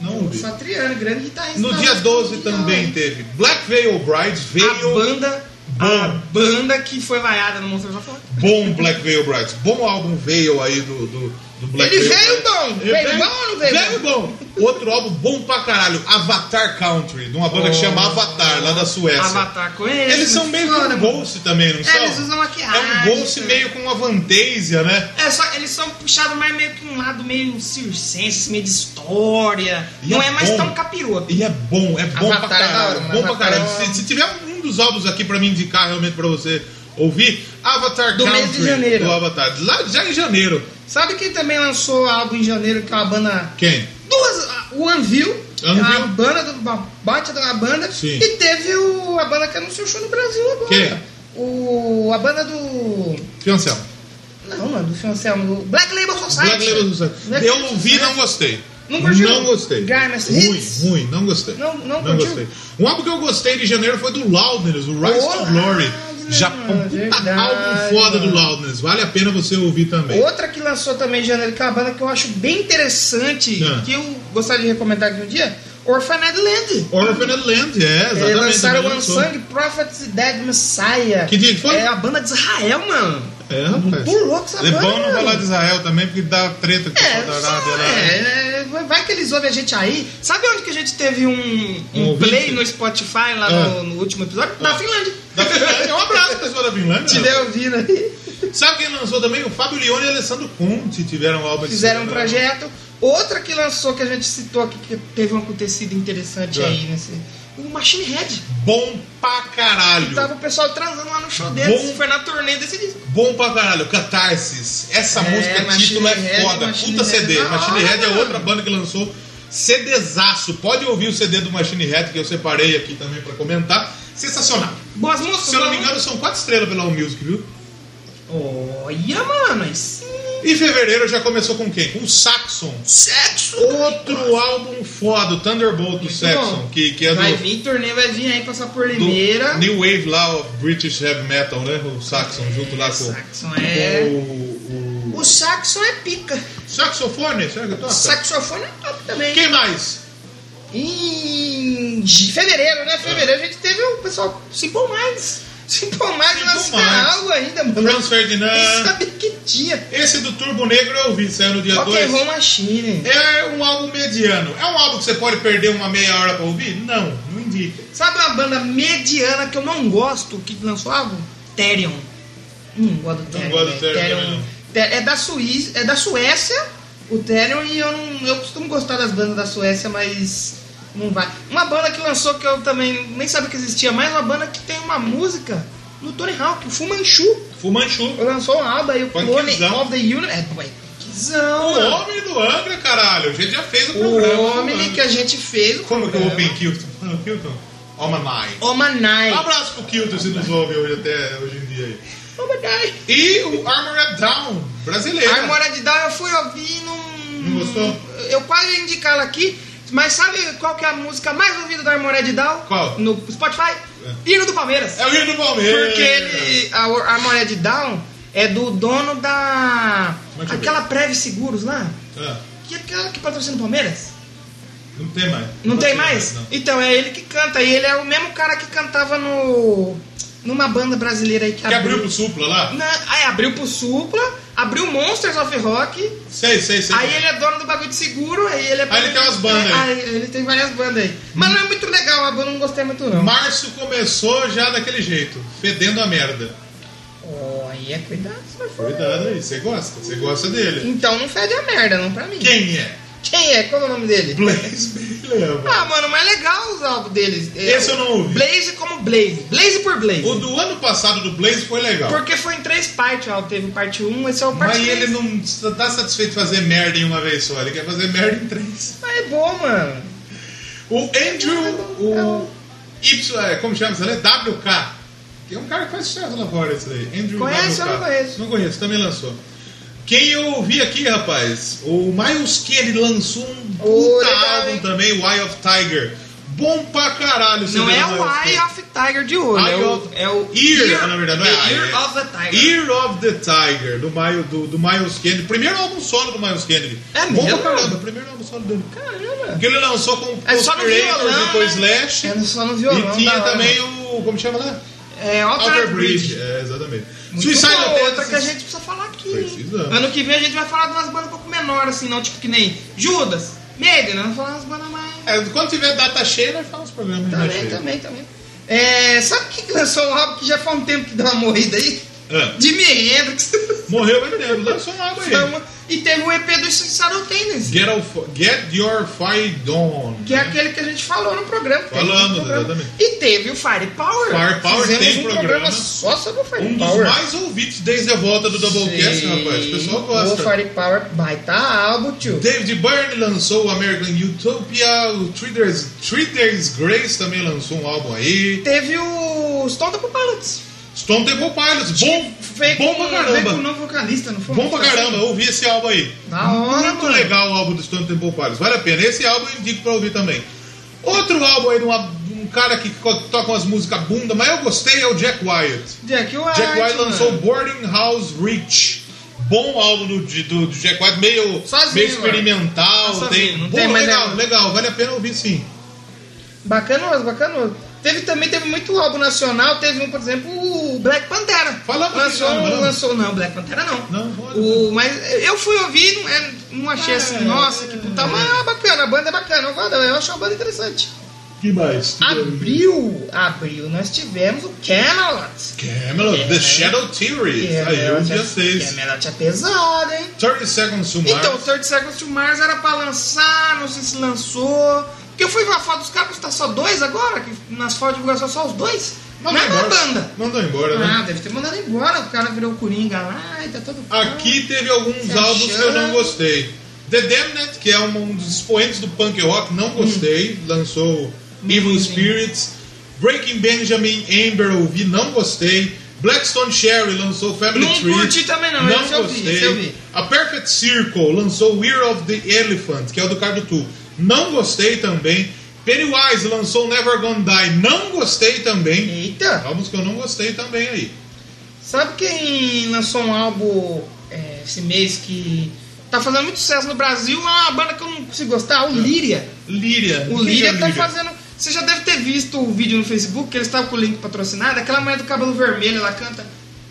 Não ouvi. Satriano, grande guitarrista. No da dia música 12 mundial. também teve Black Veil Brides, A Veil banda, a um Bom. banda que foi vaiada no Monstro da Foto. bom Black Veil Brides, bom álbum Veil aí do, do, do Black Ele Veil. veio Brides. bom. Ele Veio bom ou não veio bom? Outro álbum bom pra caralho, Avatar Country, de uma banda que chama Avatar, lá da Suécia. Oh. Avatar é com eles. É Eles são meio que fora, um Ghost também, não É, são? eles usam maquiagem, É um Ghost né? meio com uma Vantasia, né? É, só eles são puxados mais meio que um lado meio circense, meio de história. E não é é mais bom. tão capiroto. E é bom, é bom Avatar pra é da caralho. hora, mano. bom pra Avatar é caralho. da hora. Se, se tiver um dos álbuns aqui pra mim indicar realmente pra você ouvir, Avatar Do Country mês de janeiro. do Avatar. Lá já em janeiro. Sabe quem também lançou álbum em janeiro, que é uma banda. Quem? Duas. a- O Anvil, é Anvil. a banda do Bate da banda. Sim. E teve o, a banda que anunciou show no Brasil agora. Quem? O, a banda do. Fiancel. Não, mano, do Fiancelmo, do Black Label Society. Né? Black Label Society. Black Eu Label ouvi e Society. não gostei. Não curtiu? Não gostei. Grimes ruim, Hits? ruim, não gostei. Não- não curtiu? gostei. Um álbum que eu gostei de janeiro foi do Loudness, o Rise Olá, to Glory. mano, Japão, puta verdade, álbum foda do mano. Loudness. Vale a pena você ouvir também. Outra que lançou também em janeiro, que é uma banda que eu acho bem interessante, Ah. que eu gostaria de recomendar aqui um dia, Orphaned Land. Orphan and Land, é, Eles exatamente. lançaram também One lançou. Song, Prophets e Dead Messiah. Que dia que foi? É a banda de Israel, mano. É, rapaz. Pulou com essa É banda, bom não mano. falar de Israel também, porque dá treta com o É, pessoal da Arábia só, lá. é, é, vai que eles ouvem a gente aí. Sabe onde que a gente teve um, um ouvinte? play no Spotify lá Ah. no, no último episódio? Da Finlândia. Da Finlândia, um abraço, pessoal da Finlândia. Te deu ouvindo aí. Sabe quem lançou também? O Fábio Leone e Alessandro Conte tiveram um álbum esse fizeram um ano. projeto. Outra que lançou, que a gente citou aqui, que teve um acontecido interessante É. aí nesse. O Machine Head. Bom pra caralho. Tava o pessoal transando lá no show deles. Bom. Foi na turnê desse disco. Bom pra caralho. Catarsis. Essa É, música Machine título é Head, foda. Machine Puta Head. CD. Ah, Machine Head é mano. outra banda que lançou CDzaço. Pode ouvir o CD do Machine Head que eu separei aqui também pra comentar. Sensacional. Boas moças. né? Se eu não me vamos- engano, são quatro estrelas pela All Music, viu? Olha, mano. aí sim. E fevereiro já começou com quem? Com o Saxon. Sexo. Outro álbum foda, o Thunderbolt do Muito Saxon, bom. que, que é do, Então, Vai vir turnê, vai vir aí passar por do Limeira. New Wave lá, o British Heavy Metal, né? O Saxon, junto lá com, Saxon com é. o, o- O Saxon é pica. Saxofone, será que toca? Saxofone é top também. Quem mais? Em de- fevereiro, né? Fevereiro a gente teve o pessoal Simple Minds. Simple Minds Simple lançou Minds. algo ainda, mano. Franz Nem Ferdinand. sabia que tinha. Esse do Turbo Negro eu ouvi, saiu no dia Rock and 2. Roll Machine. É um álbum mediano. É um álbum que você pode perder uma meia hora pra ouvir? Não, não indica. Sabe uma banda mediana que eu não gosto que lançou álbum? Therion. Hum, Não gosto do Therion. gosto do né? Therion Therion- também, não. Ther- É da Suíça, é da Suécia, o Therion, e eu não. Eu costumo gostar das bandas da Suécia, mas. Não vai. Uma banda que lançou que eu também nem sabia que existia, mais uma banda que tem uma música no Tony Hawk, o Fumanchu. Fumanchu. lançou um álbum aí, o Clone Punkzão. of the Universe. É, pô, é O punkzão, mano. Homem do Angra, caralho. A gente já fez o programa. O homem que a gente fez. o Como que é o programa. Open Kilton? Mano, Kilton? All My Mind. Omanai. Um abraço pro Kilton se nos ouve hoje até hoje em dia aí. Oh my God. E o Armored Down, brasileiro. Armored de Down eu fui ouvir num... Não gostou? Eu quase ia indicá-la aqui, mas sabe qual que é a música mais ouvida do Armored de Down? Qual? No Spotify? Hino do Palmeiras. É o hino do Palmeiras. Porque ele, a Or- Armored Down é do dono da... Deixa eu ver. Aquela Preve Seguros lá, Ah, que é aquela que patrocina o Palmeiras. não tem mais. Não tem mais? não. Então, é ele que canta. E ele é o mesmo cara que cantava no... Numa banda brasileira aí que, Que abriu pro Supla lá? Na- aí abriu pro Supla, abriu Monsters of Rock, Sei, sei, sei. aí ele é dono do bagulho de seguro, aí ele é. Aí ele tem umas bandas aí. Aí ele tem várias bandas aí. Mas não é muito legal, a banda eu não gostei muito não. Março começou já daquele jeito, fedendo a merda. Oh, aí é cuidado, se vai falar. Cuidado aí, você gosta, você gosta dele. Então não fede a merda, não pra mim. Quem é? Quem é? Qual é o nome dele? Blaze Bailey. Ah, mano, mas é legal os álbuns deles. É, Esse eu não ouvi. Blaze como Blaze. Blaze por Blaze. O do ano passado do Blaze foi legal. Porque foi em três partes, ó. Teve parte 1, esse é o parte Mas 3. ele não tá satisfeito de fazer merda em uma vez só, ele quer fazer merda em três. Mas é bom, mano. O Andrew, o Y, é, como chama isso? né? WK. Que é um cara que faz sucesso lá fora esse daí. Andrew Conhece WK. ou não conhece? Não conheço, também lançou. Quem eu vi aqui, rapaz, o Miles Kennedy lançou um Ô, puta legal, álbum hein? também, o Eye of Tiger. Bom pra caralho, você Não vê é no o Miles Eye Kennedy. of Tiger de olho, Eye é o, of- é o Ear, na verdade, não é the Eye, Ear é- of the Tiger. Ear of the Tiger, do, Miles- do, do Miles Kennedy. Primeiro álbum solo do Miles Kennedy. É Bom mesmo? pra caramba, primeiro álbum solo dele. Caramba! Porque ele lançou com o É só no Conspirator, violão, depois né? Slash. É só no violão. e tinha da hora. também o. Como chama lá? É, Alter, Outer Bridge. Bridge. É, exatamente. Muito Suicide bom, Tendencies. outra que a gente precisa falar aqui. hein? Precisamos. Ano que vem a gente vai falar de umas bandas um pouco menor, assim, não tipo que nem Judas, Maiden, nós vamos falar umas bandas mais. É, quando tiver data cheia, nós falamos os programas de data Também, cheia. também, também. É, sabe quem que lançou um álbum que já faz um tempo que deu uma morrida aí? Ah, Jimi Hendrix. morreu, mas lembro. Lançou um álbum aí. e teve o EP do Suicidal Tendencies. Get, of- Get Your Fire On. Que é aquele que a gente falou no programa. que teve Falamos, no programa. exatamente. E teve o Firepower. Firepower Fizemos tem um programa. só sobre o Um dos Firepower. mais ouvidos desde a volta do Doublecast, Sim. rapaz. O pessoal gosta. O Firepower baita álbum, tio. David Byrne lançou o American Utopia, o Three Days, Three Days Grace também lançou um álbum aí. Teve o Stone Temple Pilots. Stone Temple Pilots, bom, Veio bom com, pra Veio com um caramba. novo vocalista, não foi? Bom pra caramba, eu ouvi esse álbum aí. Da hora, Muito mano. legal o álbum do Stone Temple Pilots, vale a pena. Esse álbum eu indico pra ouvir também. Outro álbum aí de uma- um cara que co- toca umas músicas bunda, mas eu gostei, é o Jack Wyatt. Jack White. Jack White mano. lançou um- Boarding House Reach. Bom álbum do, de- do, do Jack White, meio, Sozinho, meio experimental. mano. Tá tem, sozinho, não Pô, tem mais legal, nada. legal, vale a pena ouvir sim. Bacanoso, bacanoso. Teve também, teve muito álbum nacional, teve um, por exemplo, o Black Pantera. Falamos lançou, disso, não? lançou, não, Black Pantera não. Não, olha. o, mas eu fui ouvir, não, é- não achei assim, nossa, que puta, mas é bacana, a banda é bacana, eu, gosto, eu acho a banda interessante. que mais? Abril, abril, nós tivemos o Camelot. Camelot, The Shadow Theory. Saiu um dia 6. Camelot é pesado, hein? 30 Seconds to Mars. Então, o Third Seconds to Mars era pra lançar, não sei se lançou. Porque eu fui ver a foto dos caras, tá só dois agora, que nas fotos de divulgação é só os dois. Não é uma banda. Mandou embora, né? Ah, deve ter mandado embora, o cara virou Coringa lá e tá todo... Aqui teve alguns Se álbuns que eu não achando. gostei. The Damned, que é um, um dos expoentes do punk rock, não Hum. gostei. Lançou Evil Spirits. Breaking Benjamin Amber, eu ouvi, não gostei. Blackstone Sherry lançou Family Não Tree. curti também não, esse eu vi, gostei. esse eu vi. A Perfect Circle lançou Weir of the Elephant, que é o do Cardo Tu. Não gostei também. Pennywise lançou Never Gonna Die. Não gostei também. Eita! Álbuns que eu não gostei também aí. Sabe quem lançou um álbum é, esse mês que tá fazendo muito sucesso no Brasil? É uma banda que eu não consigo gostar, É. o Líria. Lyria. O que que é Líria tá Lyria? fazendo... Você já deve ter visto o vídeo no Facebook, que eles estavam com o link patrocinado, aquela mulher do cabelo vermelho, ela canta...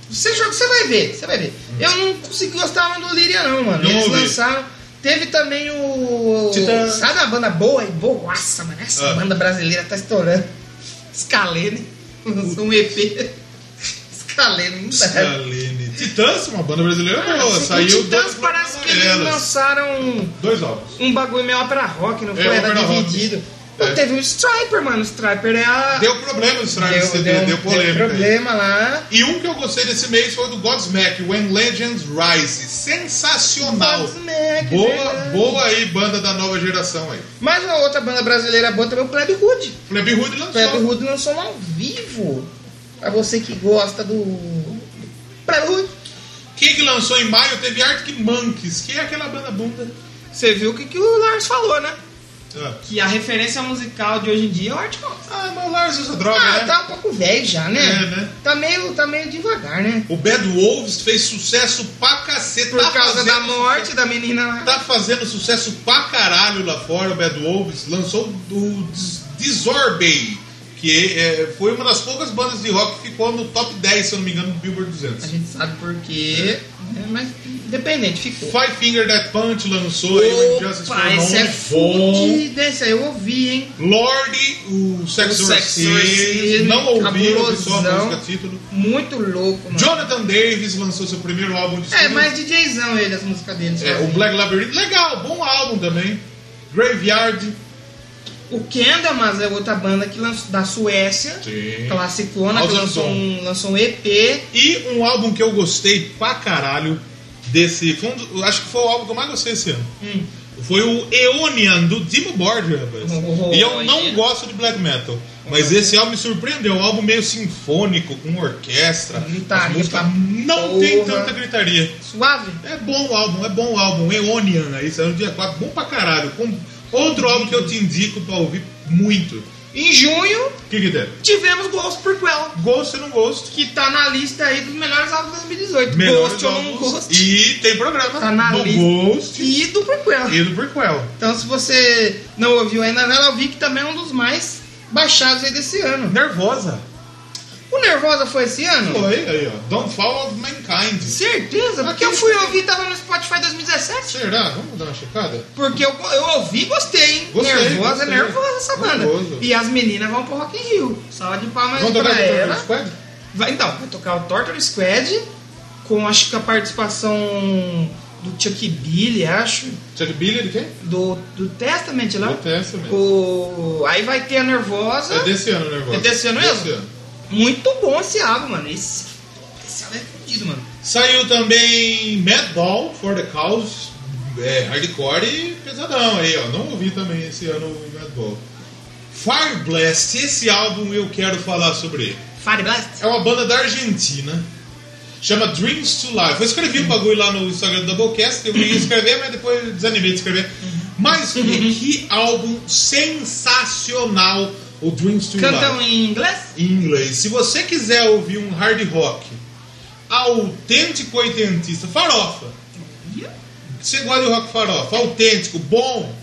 Você, joga, você vai ver, você vai ver. Eu não consegui gostar muito do Líria não, mano. Hum. Não eles ouvi. lançaram... Teve também o... Titãs. Sabe uma banda boa e boaça, mano? Essa Ah. banda brasileira tá estourando. Scalene. Lançou um EP. Scalene, não dá. Scalene. Titãs, uma banda brasileira boa. Assim, Saiu o Titãs dois parece que eles Amarelas. lançaram Dois álbuns. um bagulho meio ópera rock, não foi? É, Era ópera rock. dividido. Pô, É. Teve o Striper, mano. O Striper é a... Deu problema no Stripe CD, deu, polêmica. aí. problema lá. E um que eu gostei desse mês foi o do Godsmack, When Legends Rise. Sensacional. Godsmack, é boa, verdade. boa aí, banda da nova geração aí. Mais né? uma outra banda brasileira boa também, é o Pleb Hood. Plebe Hood O Pleb lançou. Hood lançou um ao vivo. Pra você que gosta do... Prelúdio. Quem que lançou em maio teve Arctic Monkeys, que é aquela banda bunda. Você viu o que, que o Lars falou, né? Ah, Que a referência musical de hoje em dia é o Arctic Monkeys. Ah, mas o Lars usa droga, Ah, né? tá um pouco velho já, né? É, né? Tá, meio, tá meio devagar, né? O Bad Wolves fez sucesso pra cacete. Por tá causa fazendo da morte da menina lá. Tá fazendo sucesso pra caralho lá fora, o Bad Wolves. Lançou o Dis- Disorbey, que é, foi uma das poucas bandas de rock que ficou no top 10, se eu não me engano, do Billboard A 200. gente sabe por quê, né? mas independente, ficou. Five Finger Death Punch lançou aí o Justice Opa, for esse é All. fudido, esse aí eu ouvi, hein? Lorde, o Sex O Sex Exorcist, Exorcist, não ouvi, ouvi só a cabulosão. música título. Muito louco, mano. Jonathan Davis lançou seu primeiro álbum de É, estúdio. mais DJzão ele, as músicas dele. É, o sabe? Black Labyrinth, legal, bom álbum também. Graveyard, O Kendamas é outra banda que lançou, da Suécia, Sim. classicona, que House of lançou Zone. um, lançou um EP. E um álbum que eu gostei pra caralho desse. Foi um do- acho que foi o álbum que eu mais gostei esse ano. Hum. Foi o Eonian, do Dimmu Borgir, rapaz. Oh, e eu não yeah. gosto de black metal. Uhum. Mas esse álbum me surpreendeu. É um álbum meio sinfônico, com orquestra. Gritaria As músicas pra não tem porra. tanta gritaria. Suave? É bom o álbum, é bom o álbum. Eonian, aí saiu no dia 4. Bom pra caralho. Com- outro álbum que eu te indico pra ouvir muito. Em junho, O que que tem? tivemos Ghost Prequel, Gosto e não gosto. que tá na lista aí dos melhores álbuns de 2018. Melhores Ghost ou não álbuns. Ghost. E tem programa Tá na do lista. Ghost E do Prequel. e do Prequel. Então, se você não ouviu ainda, vai lá ouvir que também é um dos mais baixados aí desse ano. Nervosa. O Nervosa foi esse ano? Foi, aí, ó. Don't Fall of Mankind. Certeza, porque eu fui ouvir tava no Spotify 2017. Será? Vamos dar uma checada? Porque eu, eu ouvi e gostei, hein? Gostei, nervosa, gostei. nervosa essa banda. Nervoso. E as meninas vão pro Rock in Rio. Salva de palmas Vamos pra tocar ela. o Squad? Vai, então, vai tocar o Torture Squad, com acho que a participação do Chuck Billy, acho. Chuck Billy de quem? Do, do Testament lá. Do Testament. O... Aí vai ter a Nervosa. É desse ano, Nervosa. É desse ano mesmo? ano. Muito bom esse álbum, mano. Esse, esse álbum é fodido, mano. Saiu também Madball for the Cause. É, hardcore e pesadão aí, ó. Não ouvi também esse ano o Madball. Fire Blast, esse álbum eu quero falar sobre ele. Fire Blast? É uma banda da Argentina. Chama Dreams to Life. Eu escrevi Uhum. um bagulho lá no Instagram do Doublecast. Eu ia escrever, mas depois eu desanimei de escrever. Uhum. Mas que, que álbum sensacional o Dreams to Cantam Life. em inglês? Em inglês. Se você quiser ouvir um hard rock autêntico oitentista, farofa. Você gosta de rock farofa, autêntico, bom.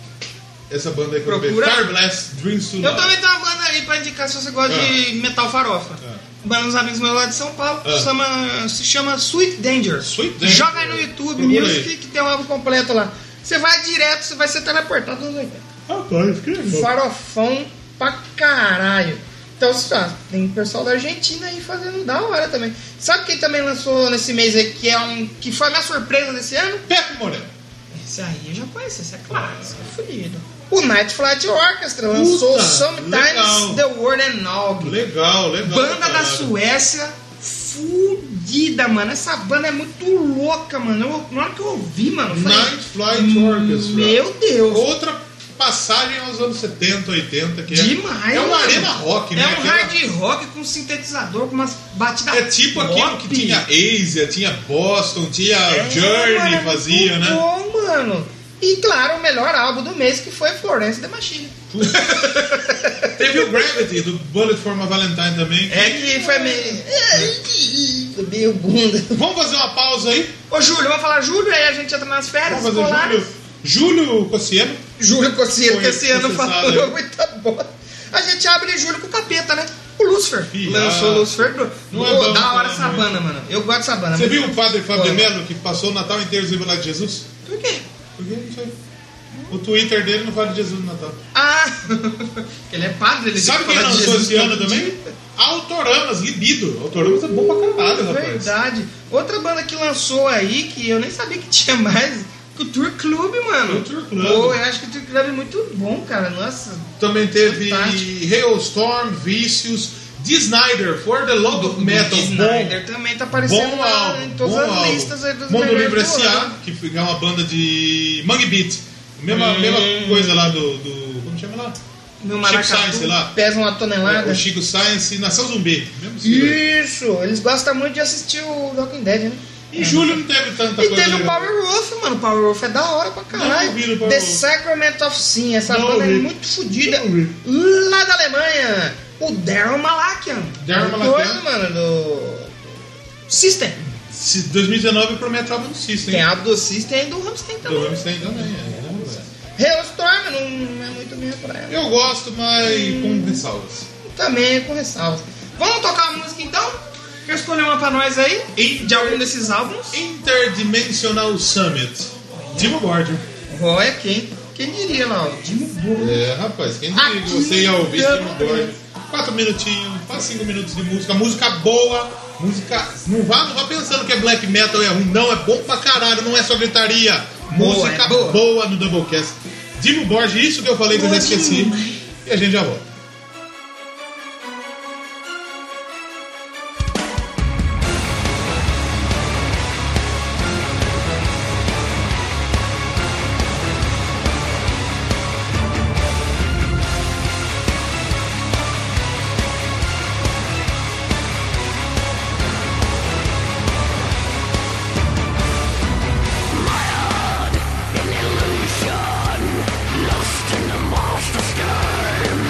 Essa banda aí que eu vi. Procura. Fire Blast, Dreams to Eu Life. também tenho uma banda aí pra indicar se você gosta Ah. de metal farofa. Ah. Uma Banda dos amigos meus lá de São Paulo Ah. chama- se chama Sweet Danger. Sweet Danger. Joga aí no YouTube, Procura Music, aí. que tem um álbum completo lá. Você vai direto, você vai ser teleportado nos 80. Rapaz, que legal. Farofão pra caralho. Então, ah, tem pessoal da Argentina aí fazendo da hora também. Sabe quem também lançou nesse mês aí, que é um. que foi a minha surpresa desse ano? Pepe Moreno. Esse aí eu já conheço, esse é clássico, é fodido. O Night Flight Orchestra lançou Puta, Sometimes legal. the World and All. Legal, legal. Banda da caralho. Suécia, fudida, mano. Essa banda é muito louca, mano. Eu, na hora que eu ouvi, mano, eu falei, Night Flight Orchestra. meu Deus. Outra passagem aos anos 70, 80, que é- Demais, é uma mano. arena rock, né? É um Aquela- hard rock com sintetizador, com umas batidas. É tipo aquilo pop. que tinha Asia, tinha Boston, tinha Journey, mano, é fazia, muito né? Bom, mano. E claro, o melhor álbum do mês que foi Florence The Machine. Teve o Gravity, do Bullet for my Valentine também. É que foi meio. meio bunda. Vamos fazer uma pausa aí? Ô, Júlio, vamos falar Júlio, aí a gente entra nas férias Vamos fazer escolares. Júlio. Júlio Cossiano. Júlio Cossiano, Foi que esse ano processado, falou né? muita bosta. A gente abre Júlio com o capeta, né? O Lucifer. Ih, Lançou ah. o Lucifer. Bro. Não é Pô, bom da hora falar essa muito. banda, mano. Eu gosto dessa banda. Você Muito viu o padre Fábio de Foi. Mello que passou o Natal inteiro sem falar de Jesus? Por quê? Por que não sei. O Twitter dele não fala de Jesus no Natal. Ah! Porque ele é padre, ele Sabe tem que quem falar de lançou Jesus esse ano todo também? dia. Autoramas, Libido. Autoramas é bom pra caralho, rapaz. Verdade. Outra banda que lançou aí, que eu nem sabia que tinha mais, que o Tour Club, mano. O Tour Club. Pô, eu acho que o Tour Club é muito bom, cara. Nossa. Também teve Fantástico. Hailstorm, Vicious, Dee Snyder, For the Love of Metal. O Snyder também tá Bom, aparecendo bom lá álbum. em bom todas as álbum. um listas aí dos Mundo melhores Livre do ano. Hum. S.A., que foi- é uma banda de Mangue Beat. Mesma, mesma coisa lá do, do- Como chama lá? meu Chico maracatu Science, sei lá. pesa uma tonelada. O Chico Science Nação Zumbi. Mesmo estilo aí. Isso, eles gostam muito de assistir o Walking Dead, né? Em julho não teve tanta E coisa. teve o legal. Power Wolf, mano. O Power Wolf é da hora pra caralho. Não ouvi do Power The Wolf. Sacrament of Sin. Essa Não banda é ouvi. muito fodida. Não ouvi. Lá da Alemanha. O Daryl Malakian. Darren O Malakian. doido, mano, do... System. Se 2019 promete álbum do System. Tem a do System e do Rammstein Do também. Rammstein também. é. Hailstorm não é muito minha praia. Eu gosto, mas com ressalvas. Também é com ressalvas. Vamos tocar a música então? Quer escolher uma pra nós aí? De algum desses álbuns? Interdimensional Summit. Timo Borgio. Qual é quem? Quem diria lá, ó. Dimo um Burro. É, rapaz, quem diria que você ia ouvir Timo Borgio? Quatro minutinhos, quase cinco minutos de música. Música boa, música. Não vá, não vá pensando que é black metal é ruim. Não, é bom pra caralho, não é só gritaria. Boa, música é boa. boa no Doublecast. Dimo Borgio, isso que eu falei que eu já esqueci. E a gente já volta. Lost in the master's game.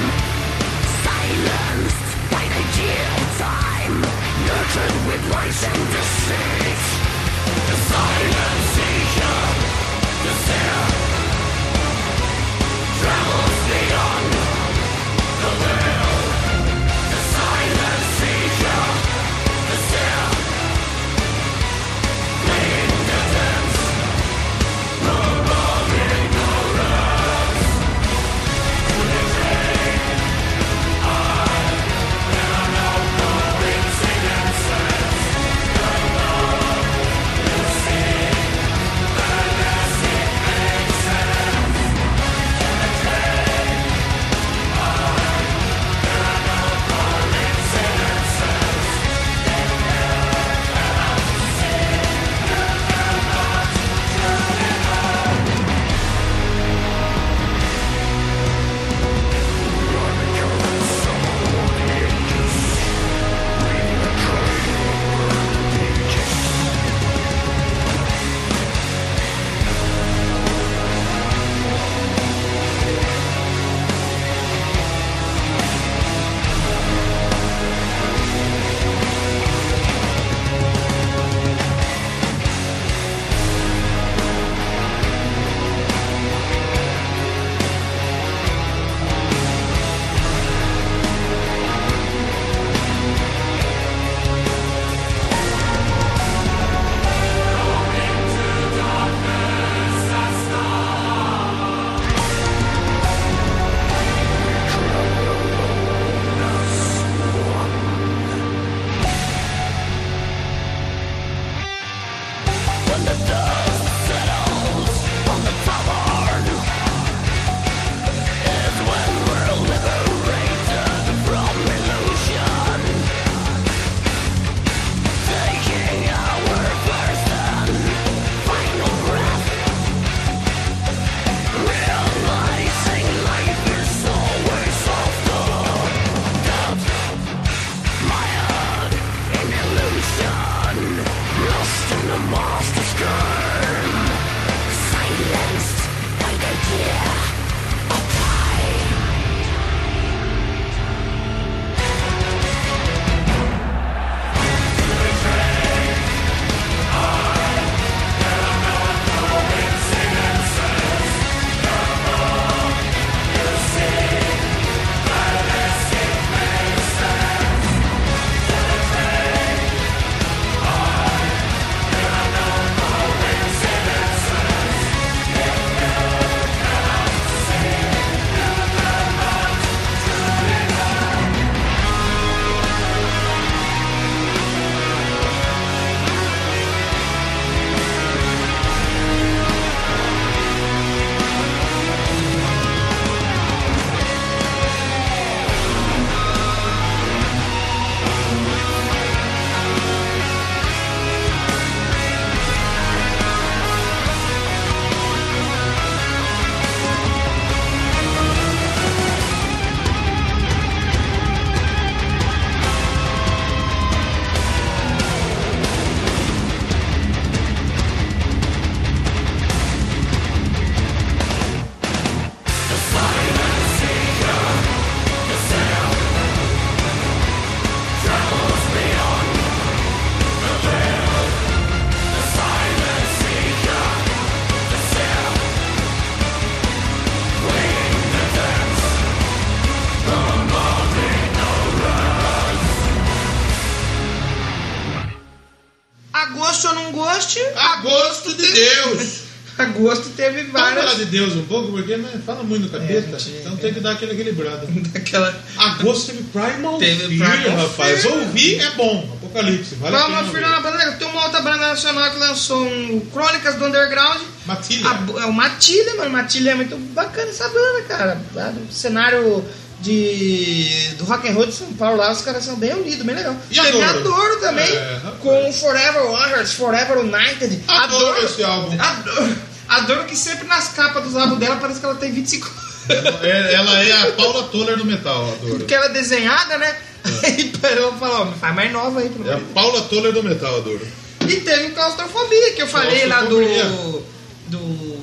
agosto teve Vamos falar várias. de Deus um pouco, porque né, fala muito no capeta, É, gente, então é. tem que dar aquela equilibrada. Daquela. Agosto teve Primal Teve Fear, Primal rapaz. Fear. Ouvir é bom. Apocalipse, vale Lá uma a pena. firma na ouvir. banda legal. Tem uma outra banda nacional que lançou um Crônicas do Underground. Matilha. A bo- é o Matilha, mano. Matilha é muito bacana essa banda, cara. Lá do cenário de, do rock and roll de São Paulo lá, os caras são bem unidos, bem legal. E Teve Adoro? Adoro também, É, rapaz. com o Forever Warriors, Forever United. Adoro esse álbum. Adoro, Adoro que sempre nas capas dos álbuns dela parece que ela tem 25 anos. É, ela é a Paula Toller do metal, eu adoro. Porque ela é desenhada, né? Aí ela falou, ó, faz mais nova aí, pelo É a menos. Paula Toller do metal, eu adoro. E teve o Claustrofobia, que eu falei lá do. Claustrofobia. do.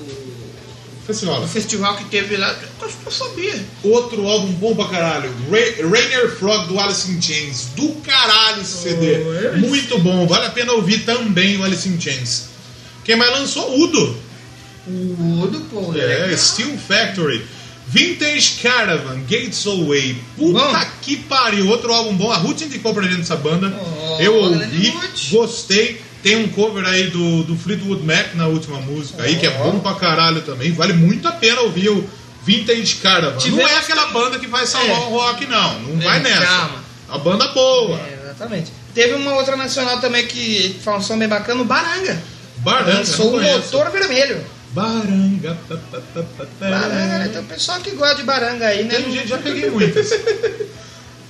Festival. do festival que teve lá. Claustrofobia. assim, Outro álbum bom pra caralho. Ra- Rainer Frog do Alice in Chains. Do caralho esse CD. é? Muito bom. Vale a pena ouvir também o Alice in Chains. Quem mais lançou? Udo. O do pô. É, legal. Steel Factory. Vintage Caravan, Gates Away. Puta Bom. que pariu. Outro álbum bom. A Ruth indicou pra gente essa banda. Oh, Eu grande ouvi, Ruth. gostei. Tem um cover aí do, do Fleetwood Mac na última música aí, que é bom pra caralho também. Vale muito a pena ouvir o Vintage Caravan. Não Tivemos é aquela banda que vai salvar É. o rock, não. Não vai É, nessa. calma. A banda boa. É, exatamente. Teve uma outra nacional também que faz um som bem bacana, o Baranga. Baranga. Lançou não o conheço. um motor vermelho. Baranga. pa, pa, pa, pa, pa. Baranga, né? Então o pessoal que gosta de baranga aí, né? É. Tem gente, já peguei muitas.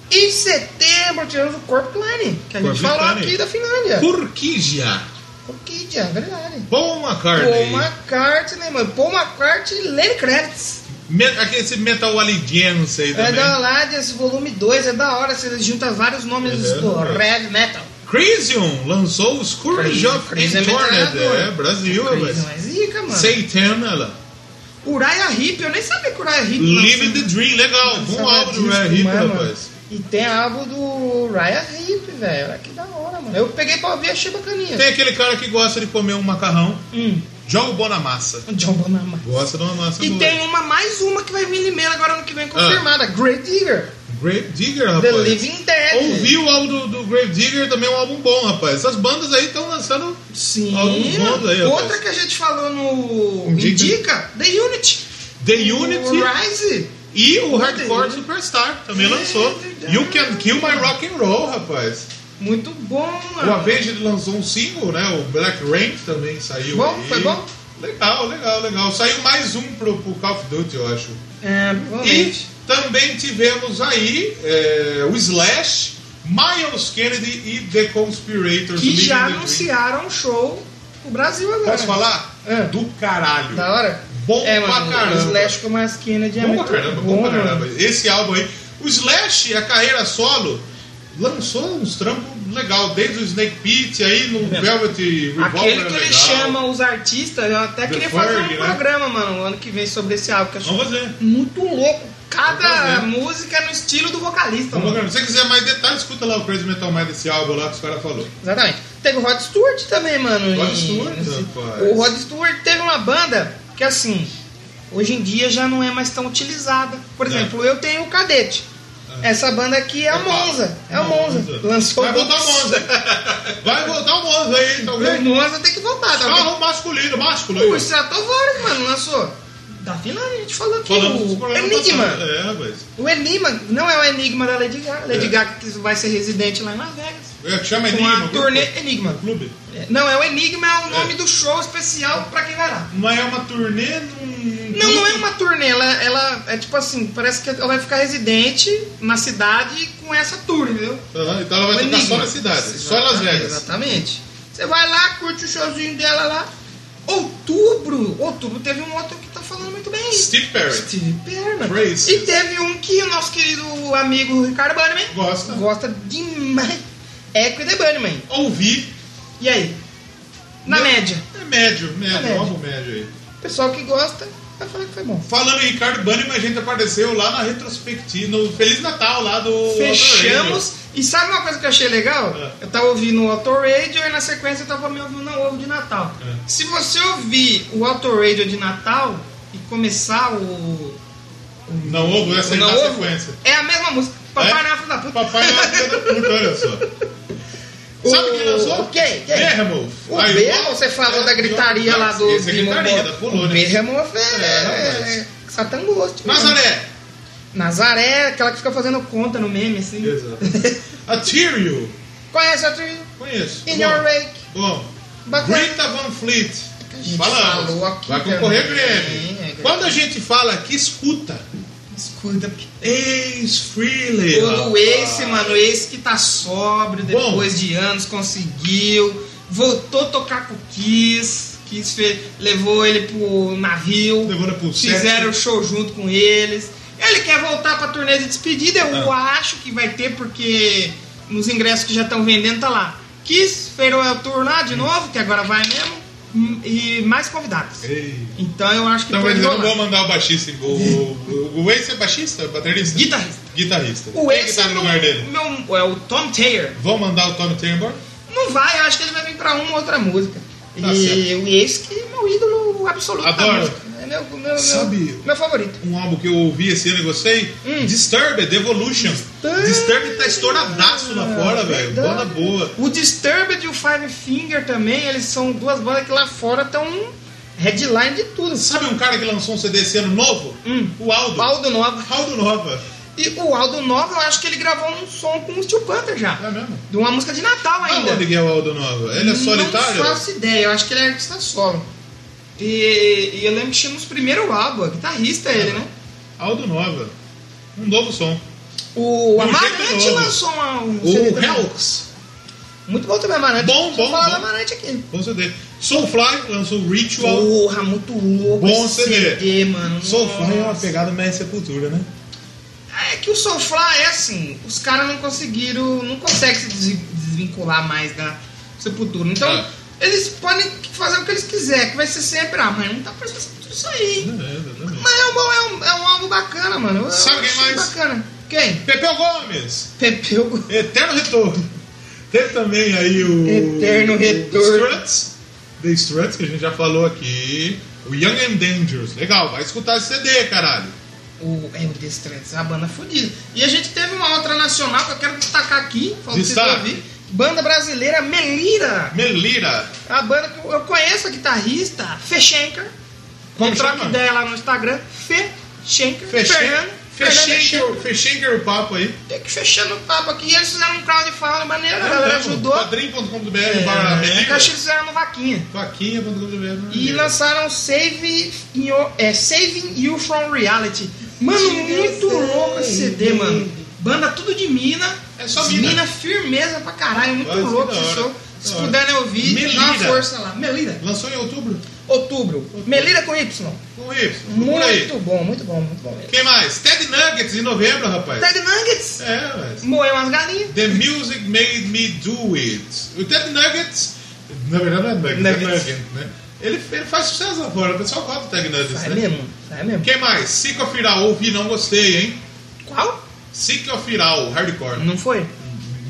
Em setembro tivemos o Corpo Klein, que a gente Corpo Uh. falou Klein. aqui da Finlândia. Turquígia. Orquídea, verdade. Paul Paul McCartney. McCartney, né, mano. Paul McCartney e Lenny Kravitz. Me- Aquele esse metal alienígena aí É também. da Ladias volume 2, é da hora, você junta vários nomes É, do mano. Red Metal. Crazium lançou os Scourge Crazium, of Crazium é Torned. metralhadora. É, Brasil, é, Crazy, velho. mas zica, mano. Satan, ela. Uriah Heep, eu nem sabia que é Uriah Heep Living the Dream, legal. Bom álbum do Rare Hip, rapaz. E tem álbum do Uriah Heep, velho. Olha que da hora, mano. Eu peguei pra ouvir e achei bacaninha. Tem aquele cara que gosta de comer um macarrão, Hum, joga o bom na massa. John Bonham. Gosta de uma massa E boa. tem uma, mais uma que vai vir em mail agora ano que vem confirmada. Great Digger, Grave The Digger, Ah. rapaz. Living Dead. Ouvi o álbum do, do Grave Digger também é um álbum bom, rapaz. Essas bandas aí estão lançando Sim. Alguns bons aí, rapaz. Outra que a gente falou no Indica. Indica, The Unity. The O Unity Rise. E o Hardcore Entendi. Superstar também É lançou. verdade. You Can Kill My Rock and Roll, rapaz. Muito bom, O mano. Avenged lançou um single, né? O Black Rain também saiu. Bom, aí. foi bom? Legal, legal, legal. Saiu mais um pro, pro Call of Duty, eu acho. É, E provavelmente. também tivemos aí é, o Slash, Miles Kennedy e The Conspirators. Que Living já the Dream. anunciaram um show pro Brasil agora. Posso falar? É. Do caralho. Da hora? Bom é, pra mano, caramba. O Slash com mais Kennedy é Bom pra muito caramba, bom, pra caramba. Esse álbum aí. O Slash, a carreira solo, lançou uns trampos legal, desde o Snake Pit aí no Velvet Revolver. É. Aquele é que legal. ele chama os artistas, eu até The queria Ferg, fazer um né? programa, mano, ano que vem sobre esse álbum, que eu acho Vamos fazer. muito louco. Cada Vamos fazer. música é no estilo do vocalista, Vamos mano. ver. Se você quiser mais detalhes, escuta lá o Crazy Metal Mind desse álbum lá que os caras falaram. Exatamente. Teve o Rod Stewart também, mano. Rod e- Stewart, nesse- rapaz. O Rod Stewart teve uma banda que, assim, hoje em dia já não é mais tão utilizada. Por Não. exemplo, eu tenho o Cadete. Essa banda aqui é É o Monza. É o Monza. Lançou Vai voltar o Monza. né? Vai voltar o Monza aí, O talvez. Monza tem que voltar. tá? Carro masculino, masculino. O Stratovarius, mano, lançou. Da Finlândia, a gente falou aqui. é Falamos dos o programas é Enigma. passados. É, rapaz. O Enigma não é o Enigma da Lady Gaga. Lady É. Gaga que vai ser residente lá em Las Vegas. É, que chama Com Enigma. a grupo. turnê Enigma. Clube. É, Não, é o Enigma, é o nome do show especial pra quem vai lá. Mas é uma turnê num. Não, não é uma turnê, ela, ela é tipo assim, parece que ela vai ficar residente na cidade com essa tour, entendeu? Aham, então ela vai O tocar Enigma. só na cidade, só em Las Exatamente, Vegas. Exatamente. Você vai lá, curte o showzinho dela lá. Outubro, outubro teve um outro que tá falando muito bem. Steve Perry. Steve Perna. Crazy. E teve um que o nosso querido amigo Ricardo Bunnyman Gosta. gosta demais. Echo e The Bunnyman. Ouvir. E aí? Na Não. média. É médio, médio, médio. um álbum médio aí. O pessoal que gosta vai falar que foi bom. Falando em Ricardo Bunnyman, a gente apareceu lá na retrospectiva, no Feliz Natal lá do. Fechamos. E sabe uma coisa que eu achei legal? É. Eu tava ouvindo o Auto Radio e na sequência eu tava me ouvindo o Ovo de Natal. É. Se você ouvir o Auto Radio de Natal e começar o. Não ovo, essa aí Não na Ovo, sequência. É a mesma música. Papai É? Noel filho da puta. Papai Noel filho da puta, olha só. O Sabe quem lançou? O quem? Quem? Behemoth. O Aí, Behemoth, você falou é, da gritaria mas lá do esse é Demon gritaria, Boy. da Polônia. O Behemoth é, É, é, Satan Ghost. Nazaré. Nazaré, aquela que fica fazendo conta no meme, assim. Exato. A Tyrion. Conhece a trilha? Conheço. In Bom, Your Wake. Bom. Bacana. Greta Van Fleet. A gente Falamos. falou aqui Vai concorrer também, Grêmio. é, Grêmio. Quando a gente fala aqui, escuta. Escuta, porque Ex-Freely. O Ace, mano, o Ace que tá sóbrio Bom. depois de anos, conseguiu. Voltou a tocar com o Kiss. Kiss fe- levou ele pro navio. Levou ele pro set. Fizeram o show junto com eles. Ele quer voltar pra turnê de despedida, Tá. eu acho que vai ter, porque nos ingressos que já estão vendendo tá lá. Kiss, Feroel Tour lá Hum. de novo, que agora vai mesmo. hum, E mais convidados. Ei. Então eu acho que Não, pode mas eu não rolar. vou mandar o baixista. O, o, o Ace é baixista? Baterista? Guitarrista. Guitarrista. O Quem Ace que tá é no meu- lugar dele? meu- é o Tom Taylor. Vão mandar o Tommy Taylor embora? Não vai, eu acho que ele vai vir pra uma ou outra música. Tá e o Ace que é meu ídolo absoluto da Adoro. música. É meu, meu, meu, Sabe- meu favorito. Um álbum que eu ouvi esse ano e gostei. Hum. Disturbed, Evolution. Disturbed. Disturbed tá estouradaço lá fora, velho. Banda Ah, Verdade. boa. O Disturbed e o Five Finger também, eles são duas bandas que lá fora estão headline de tudo. Sabe um cara que lançou um CD esse ano novo? Hum. O Aldo. O Aldo Nova. Aldo Nova. E o Aldo Nova, eu acho que ele gravou um som com o Steel Panther já. É mesmo? De uma música de Natal ainda. Aonde que é o Aldo Nova? Ele é solitário? Não faço ideia, eu acho que ele é artista solo. E, e eu lembro que tinha nos primeiros álbuns, guitarrista ele, né? Aldo Nova. Um novo som. O Um Amarante jeito novo. lançou uma, um O CD também. Helks. Muito bom também, Amarante. Bom, Vou bom, falar do bom. Amarante aqui. Bom CD. Soulfly lançou o Ritual. Porra, muito louco. Bom esse CD. mano. Soulfly é uma Nossa. pegada mais sepultura, né? É que o Soulfly é assim, os caras não conseguiram, não conseguem se des- desvincular mais da Sepultura. Então, Ah. eles podem fazer o que eles quiserem, que vai ser sempre, ah, mas não tá parecendo Sepultura isso aí, hein? É, exatamente. Mas é um, bom- é um, é um álbum bacana, mano. Eu Sabe quem achei mais? Bacana. Quem? Pepeu Gomes. Pepeu. Eterno Retorno. Teve também aí o. Eterno Retorno. Struts. The Struts, que a gente já falou aqui. O Young and Dangerous. Legal, vai escutar esse CD, caralho. O, é o The Strands, a banda fodida. E a gente teve uma outra nacional que eu quero destacar aqui, falta vocês Destaque. ouvir. Banda brasileira Melira. Melira. A banda que eu eu conheço a guitarrista, Fechenker. Como Troca chama? ideia lá no Instagram. Fechenker. Fernando. Fernando Fechenker Fechenker o papo aí. Tem que fechando o papo aqui. E eles fizeram um crowdfunding maneiro, a galera ajudou. Padrim.com.br barra É, eu Melira. acho que eles fizeram uma vaquinha. Vaquinha.com.br E lançaram Save Your- é, Saving You From Reality. Mano, muito louco esse CD, mano. Banda tudo de mina. É só mina. firmeza pra caralho. é Muito Nossa, louco que da esse hora, show. da Se hora. puderem ouvir, dá uma Melira. força lá. Melira. Lançou em outubro? Outubro. Melira com Y. Com isso. Por aí. Muito bom, muito bom, muito bom mesmo. Quem mais? Ted Nuggets em novembro, rapaz. Ted Nuggets. É, rapaz. Moeu umas galinhas. The Music Made Me Do It. O Ted Nuggets, na verdade não é Nuggets, Nuggets. é Nugget, né? Ele, ele faz sucesso lá fora, o pessoal gosta do Ted Nuggets, Sai né? mesmo, sai mesmo. Quem mais? Sick of It All, ouvi, não gostei, hein? Qual? Sick of It All, hardcore. Não foi?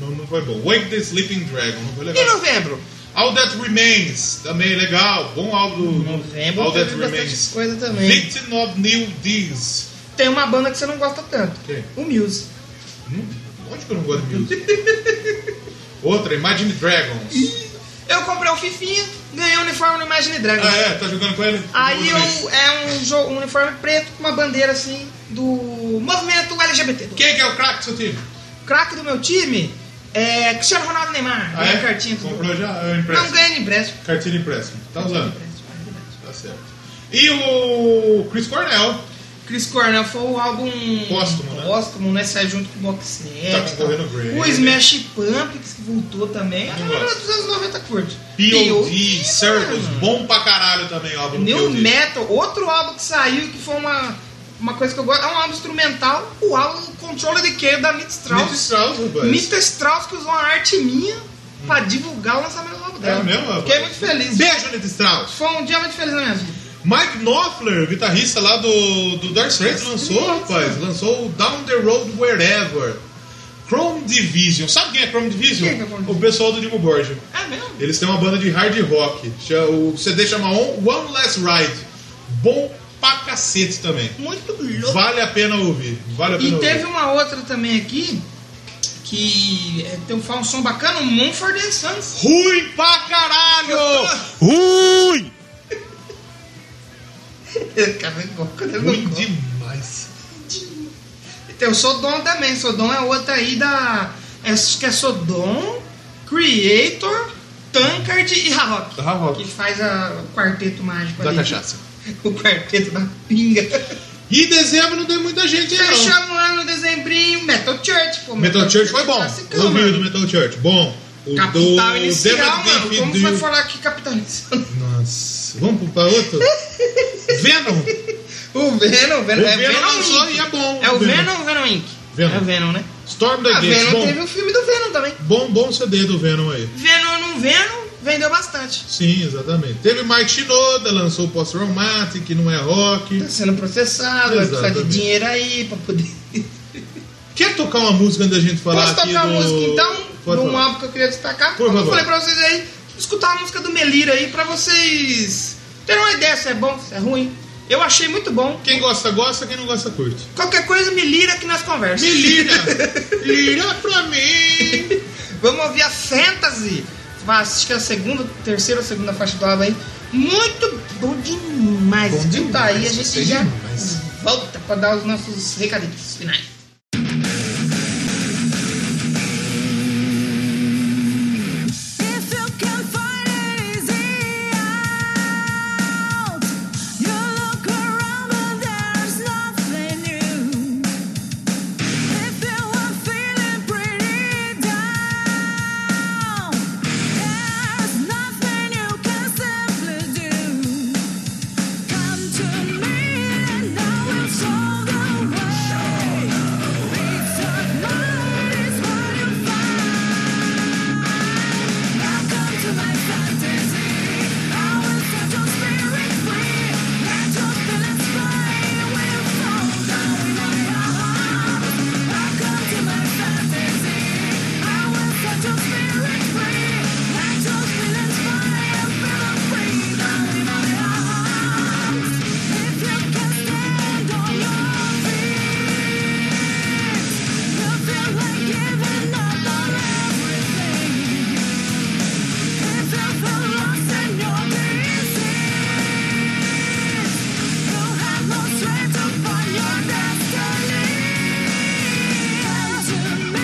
Não, não foi bom. Wake the Sleeping Dragon, não foi E legal. novembro? All That Remains, também legal. Bom álbum do Novembro All That teve bastante Remains. coisa também. Victim of New Deeds. Tem uma banda que você não gosta tanto. Quem? O Muse. Hum, Onde que eu não gosto de music? Outra, Imagine Dragons. Eu comprei o Fifinha, ganhei o uniforme do Imagine Dragons. Ah, é? Tá jogando com ele? Aí Vamos ver. eu, é um, jo- um uniforme preto com uma bandeira assim do movimento LGBT. do- Quem que é o craque do seu time? O craque do meu time é Cristiano Ronaldo Neymar. Ah, Ganhei é? cartinha tudo. Comprou já? É o empréstimo. Não ganha empréstimo. Cartilha empréstimo. Tá usando? Tá certo. E o Chris Cornell. Chris Cornell foi o álbum Póstumo, né? póstumo, né? Sai junto com o Box Set. Tá concorrendo e tal. ao Grammy. O Smash Pumpkins que voltou também. A Não galera gosto. dos anos 90 curte. P.O.D. Circles. mano. Bom pra caralho também o álbum do New P.O.D.. Metal, outro álbum que saiu que foi uma, uma coisa que eu gosto. É um álbum instrumental, o álbum Control the Care da Nita Nito Strauss. Strauss, rapaz. Nita Strauss que usou uma arte minha pra divulgar o lançamento do álbum dela. É mesmo, rapaz? Fiquei muito feliz. Beijo, Nito Strauss. Foi um dia muito feliz na minha vida. Mike Knopfler, guitarrista lá do, do Dark Straits, lançou, rapaz. Lançou o Down the Road Wherever. Chrome Division. Sabe quem é Chrome Division? Quem que é Chrome o pessoal do Dimo Borgio. É mesmo? Eles têm uma banda de hard rock. Cha- O CD chama On- One Last Ride. Bom pra cacete também. Muito louco. Vale a pena ouvir. Vale a pena E um- ouvir. teve uma outra também aqui, que é, tem, faz um som bacana, o Mumford and Sons. Ruim pra caralho! Ruim! Cara, igual quando eu não Ruim gosto. demais. Tem o Sodom também, Sodom é outra aí da. é- Acho que é Sodom, Creator, Tankard e Havok. Havok. Que faz a, o quarteto mágico Da ali. cachaça. Então. O quarteto da pinga. E dezembro não tem muita gente aí, não. Fechamos lá no dezembrinho, Metal Church, pô. Metal Church foi bom. classicão, Eu vi o mano. do Metal Church. Bom. O Capital inicial, mano. Griffin Como do- foi falar que capital inicial? Nossa. Vamos pra outro? Venom. O Venom, o Venom, O é Venom Venom só Inc. e é bom, É o o Venom. Venom ou Venom Inc? Venom. É o Venom, né? Storm the A Gates. Venom teve Bom, o filme do Venom também. bom, bom CD do Venom aí. Venom não Venom, vendeu bastante. Sim, exatamente. Teve Mike Shinoda, lançou o Post-Traumatic, que não é rock. Tá sendo processado, vai precisar de Exatamente. dinheiro aí pra poder. Quer tocar uma música antes da gente falar Posso aqui tocar do... uma música então? Pode num falar. álbum que eu queria destacar. Por Como eu favor. falei pra vocês aí, escutar a música do Melira aí pra vocês terem uma ideia se é bom, se é ruim. Eu achei muito bom. Quem gosta, gosta. Quem não gosta, curte. Qualquer coisa me lira que nós Me conversamos. liga. liga pra mim. Vamos ouvir a Fantasy. Vai, Acho que é a segunda, terceira ou segunda faixa do álbum aí. Muito bom demais. Bom Escuta demais, aí, a gostei gente já demais. volta pra dar os nossos recadinhos finais. If you can find it easy out, you look around but there's nothing new. If you are feeling pretty down, there's nothing you can simply do. Come to me and I will show the way. Peace of mind is what you find. Welcome to my fantasy. I will set your spirit free. Let your feelings fly. We'll fall down in my arms. Welcome to my fantasy. I will set your spirit free. Let your feelings fly. Feel free down in my arms. If you can stand on your feet, you'll feel like giving up on everything. If you feel lost and you're dizzy, you have no strength to find your destiny. Come to me and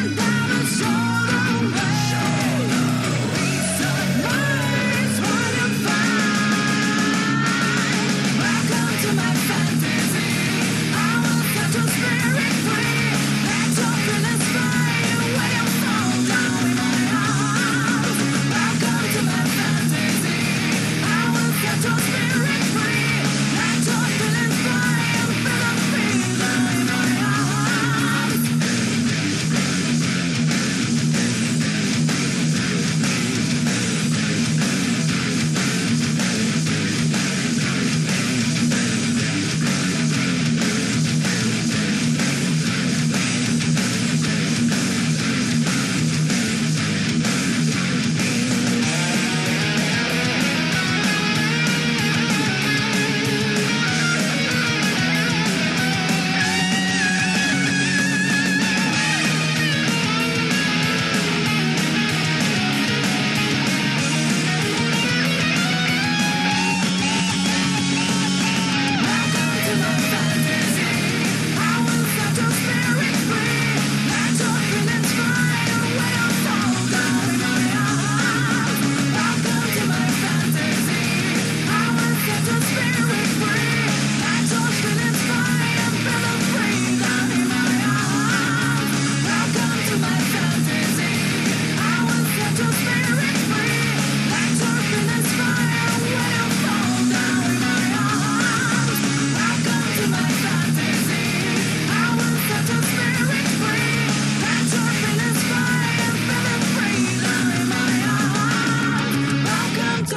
I will show the way. Peace of mind is what you find. Welcome to my fantasy. I will set your spirit free. Let your feelings fly away and fall down in my arms. Welcome to my fantasy. I will set your spirit free. Let your feelings fly and feel the freedom in my arms.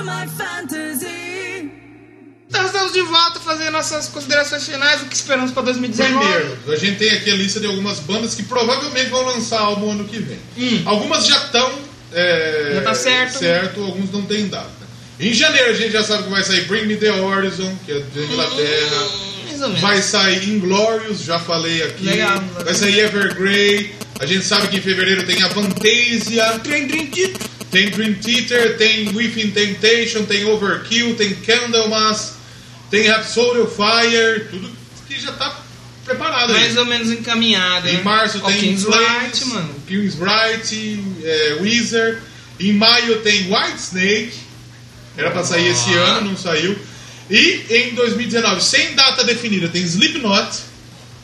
My fantasy. Então estamos de volta a fazer nossas considerações finais, o que esperamos para 2019. Primeiro, a gente tem aqui a lista de algumas bandas que provavelmente vão lançar álbum ano que vem. Hum. Algumas já estão. Já tá certo. alguns não têm data. Em janeiro a gente já sabe que vai sair Bring Me the Horizon, que é da Inglaterra. Hum, mais ou menos. Vai sair Inglorious, já falei aqui. Legal. Vai sair Evergrey. A A gente sabe que em fevereiro tem a Vantasia, Trem Dream Theater. tem Dream Theater, tem Within Temptation, tem Overkill, tem Candlemas, tem Rhapsody of Fire, tudo que já tá preparado aí. Mais ou menos encaminhada. Em né? março Ó, tem King's Light, Light, mano. King's Bright, é, Wizard. Em maio tem White Snake. Era pra sair esse ano, não saiu. E em 2019, sem data definida, tem Slipknot,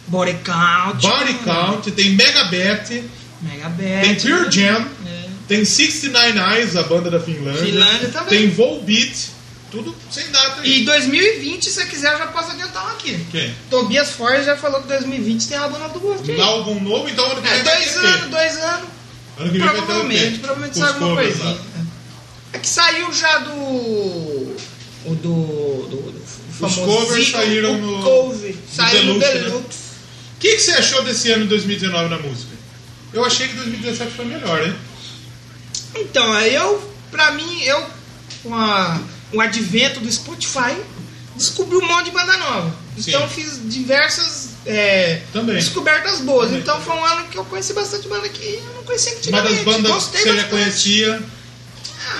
Body Count. Body Count, tem Megadeth, Mega Bad. tem Pure Jam, É. tem 69 Eyes, a banda da Finlândia. Finlândia também. Tem Volbeat, tudo sem data. aí. E 2020, se você quiser, eu já posso adiantar um aqui. Quem? Tobias Forge já falou que 2020 tem a banda do Ghost. aí. Um álbum novo, então ano que vem É, vai ter dois o quê? anos, dois anos. Ano que vem vai ter um o quê? Provavelmente, provavelmente Os sai alguma covers lá. coisinha. É que saiu já do. O do. do, do famoso covers Zico, saíram o no- Cover, saiu no Deluxe, né? Deluxe. O que, que você achou desse ano 2019 na música? Eu achei que 2017 foi melhor, hein? Então, aí eu, pra mim, eu, com a- o advento do Spotify, descobri um monte de banda nova. Sim. Então, eu fiz diversas é, Também. descobertas boas. Também. Então, foi um ano que eu conheci bastante banda que eu não conhecia Uma das antigamente. bandas que Gostei você já bastante. conhecia,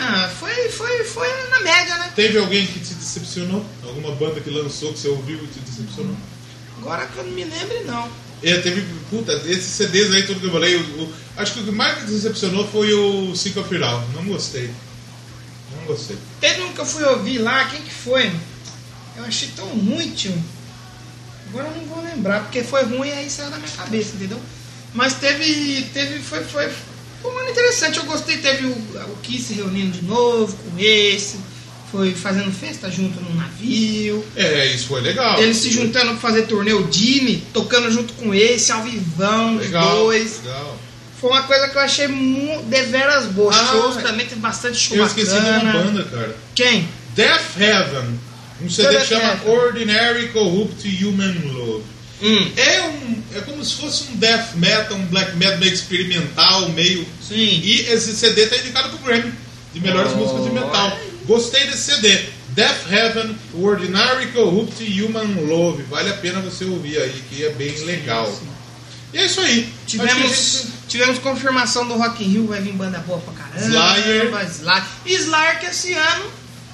Ah, foi, foi, foi na média, né? teve alguém que te decepcionou? Alguma banda que lançou, que você ouviu e te decepcionou? Agora que eu não me lembro, não. É, teve, puta, esses CDs aí, tudo que eu falei, o- o- acho que o que mais me decepcionou foi o Cinco Final. Não gostei. Não gostei. Teve um que eu fui ouvir lá, quem que foi? Eu achei tão ruim, tio. Agora eu não vou lembrar, porque foi ruim e aí saiu da minha cabeça, entendeu? Mas teve. teve foi, foi, foi um ano interessante, eu gostei. Teve o, o Kiss se reunindo de novo com esse, foi fazendo festa junto no navio. É, isso foi legal. Eles se juntando pra fazer turnê, o Jimmy tocando junto com esse, ao vivão, os legal, dois. Legal. Foi uma coisa que eu achei mu- deveras boa. Ah, Shows também, teve bastante show Eu esqueci de uma bacana. banda, cara. Quem? Death Heaven. Um CD que Death chama Heaven. Ordinary Corrupt Human Love. Hum. É, um, é como se fosse um death metal, um black metal meio experimental, meio. Sim. E esse CD tá indicado pro Grammy de Oh. melhores músicas de metal. Gostei desse CD. Death Heaven, Ordinary Corrupt Human Love. Vale a pena você ouvir aí, que é bem legal. E é isso aí. Acho que a Tivemos, gente- tivemos confirmação do Rock in Rio, vai vir banda boa pra caramba. Slayer. Slayer. Slayer que esse ano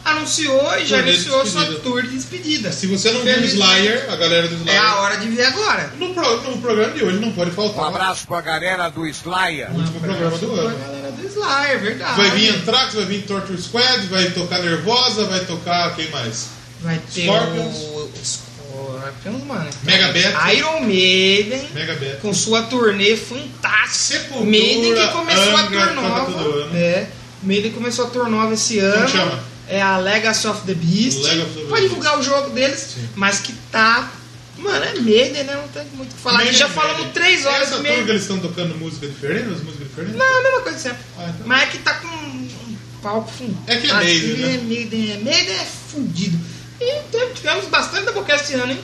anunciou e já Turnê de iniciou despedida. sua tour de despedida. Se você não viu o Feliz- Slayer, a galera do É Slayer. a hora de ver agora. No, pro- no programa de hoje não pode faltar. Um abraço pra galera do Slayer. O último programa Foi do a ano. galera do Slayer, verdade. Vai vir Anthrax, vai vir Torture Squad, vai tocar Nervosa, vai tocar quem mais? Vai ter Scorpions. o o Scorpions, mano. Megadeth. Iron Maiden Megadeth. com sua turnê fantástica. Sepultura, Maiden que começou a Angra, tour toca todo nova. ano. É. Maiden começou a tour nova esse ano. chama? É a Legacy of the Beast. Legacy of the Pode Beast. divulgar o jogo deles, Sim. mas que tá. Mano, é Maiden, né? Não tem muito o que falar. Maiden, já Maiden. falamos três horas Essa do turma que Maiden. eles estão tocando música diferente, as músicas diferentes? Não, é a mesma coisa de sempre. Ah, então. Mas é que tá com um palco fudido. É que é Ah, Maiden, né? É Maiden, é Maiden, é fudido. E teve- tivemos bastante da boca esse ano, hein?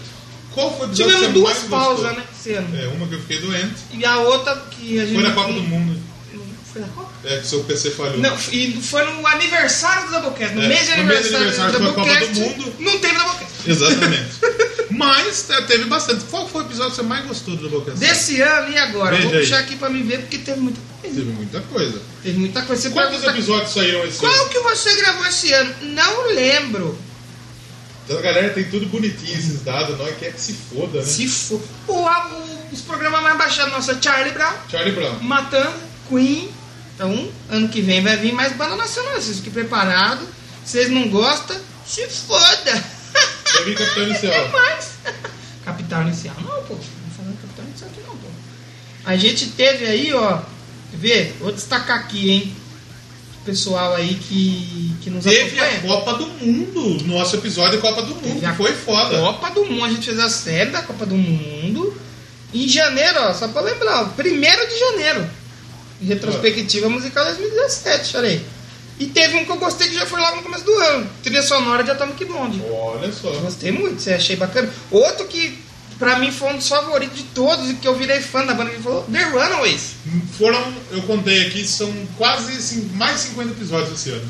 Qual foi o episódio que Tivemos você duas mais gostou? pausas, né? Esse ano. É, uma que eu fiquei doente. E a outra que a gente. Foi na Copa do Mundo. Foi na Copa? É, que seu PC falhou. Não, e foi no aniversário do Doublecast. No É, mês de no mês aniversário, de aniversário do foi a Copa do Doublecast. Mundo. Não teve Doublecast. Exatamente. Mas é, teve bastante. Qual foi o episódio que você mais gostou do Boca Desse ano e agora. Veja Vou aí. puxar aqui pra me ver porque teve muita coisa. Teve muita coisa. Teve muita coisa. Você Quantos pergunta, episódios saíram esse Qual ano? que você gravou esse ano? Não lembro. Então, a galera tem tudo bonitinho esses dados, não é que é que se foda, né? Se for. O, álbum- os programas mais baixados nossa Charlie Brown, Charlie Brown. Matan, Queen. Então, ano que vem vai vir mais banda nacional. Vocês fiquem preparados. Vocês não gostam? Se foda! Vai vir Capitão É Inicial. mais. Capital inicial. Não, pô. Não falando capital inicial aqui não, pô. A gente teve aí, ó. quer ver? Vou destacar aqui, hein? O pessoal aí que, que nos Teve a acompanha. Copa do Mundo. Nosso episódio de Copa do Mundo. Teve a que Foi foda. Copa do Mundo. A gente fez a série da Copa do Mundo. Em janeiro, ó, só pra lembrar, ó, primeiro de janeiro. Retrospectiva musical 2017, olha aí. E teve um que eu gostei que já foi lá no começo do ano. Trilha sonora de Atomic Blonde. Olha só. Gostei muito, você achei bacana. Outro que pra mim foi um dos favoritos de todos e que eu virei fã da banda que falou The Runaways. Foram, eu contei aqui, são quase cin- mais 50 episódios esse ano.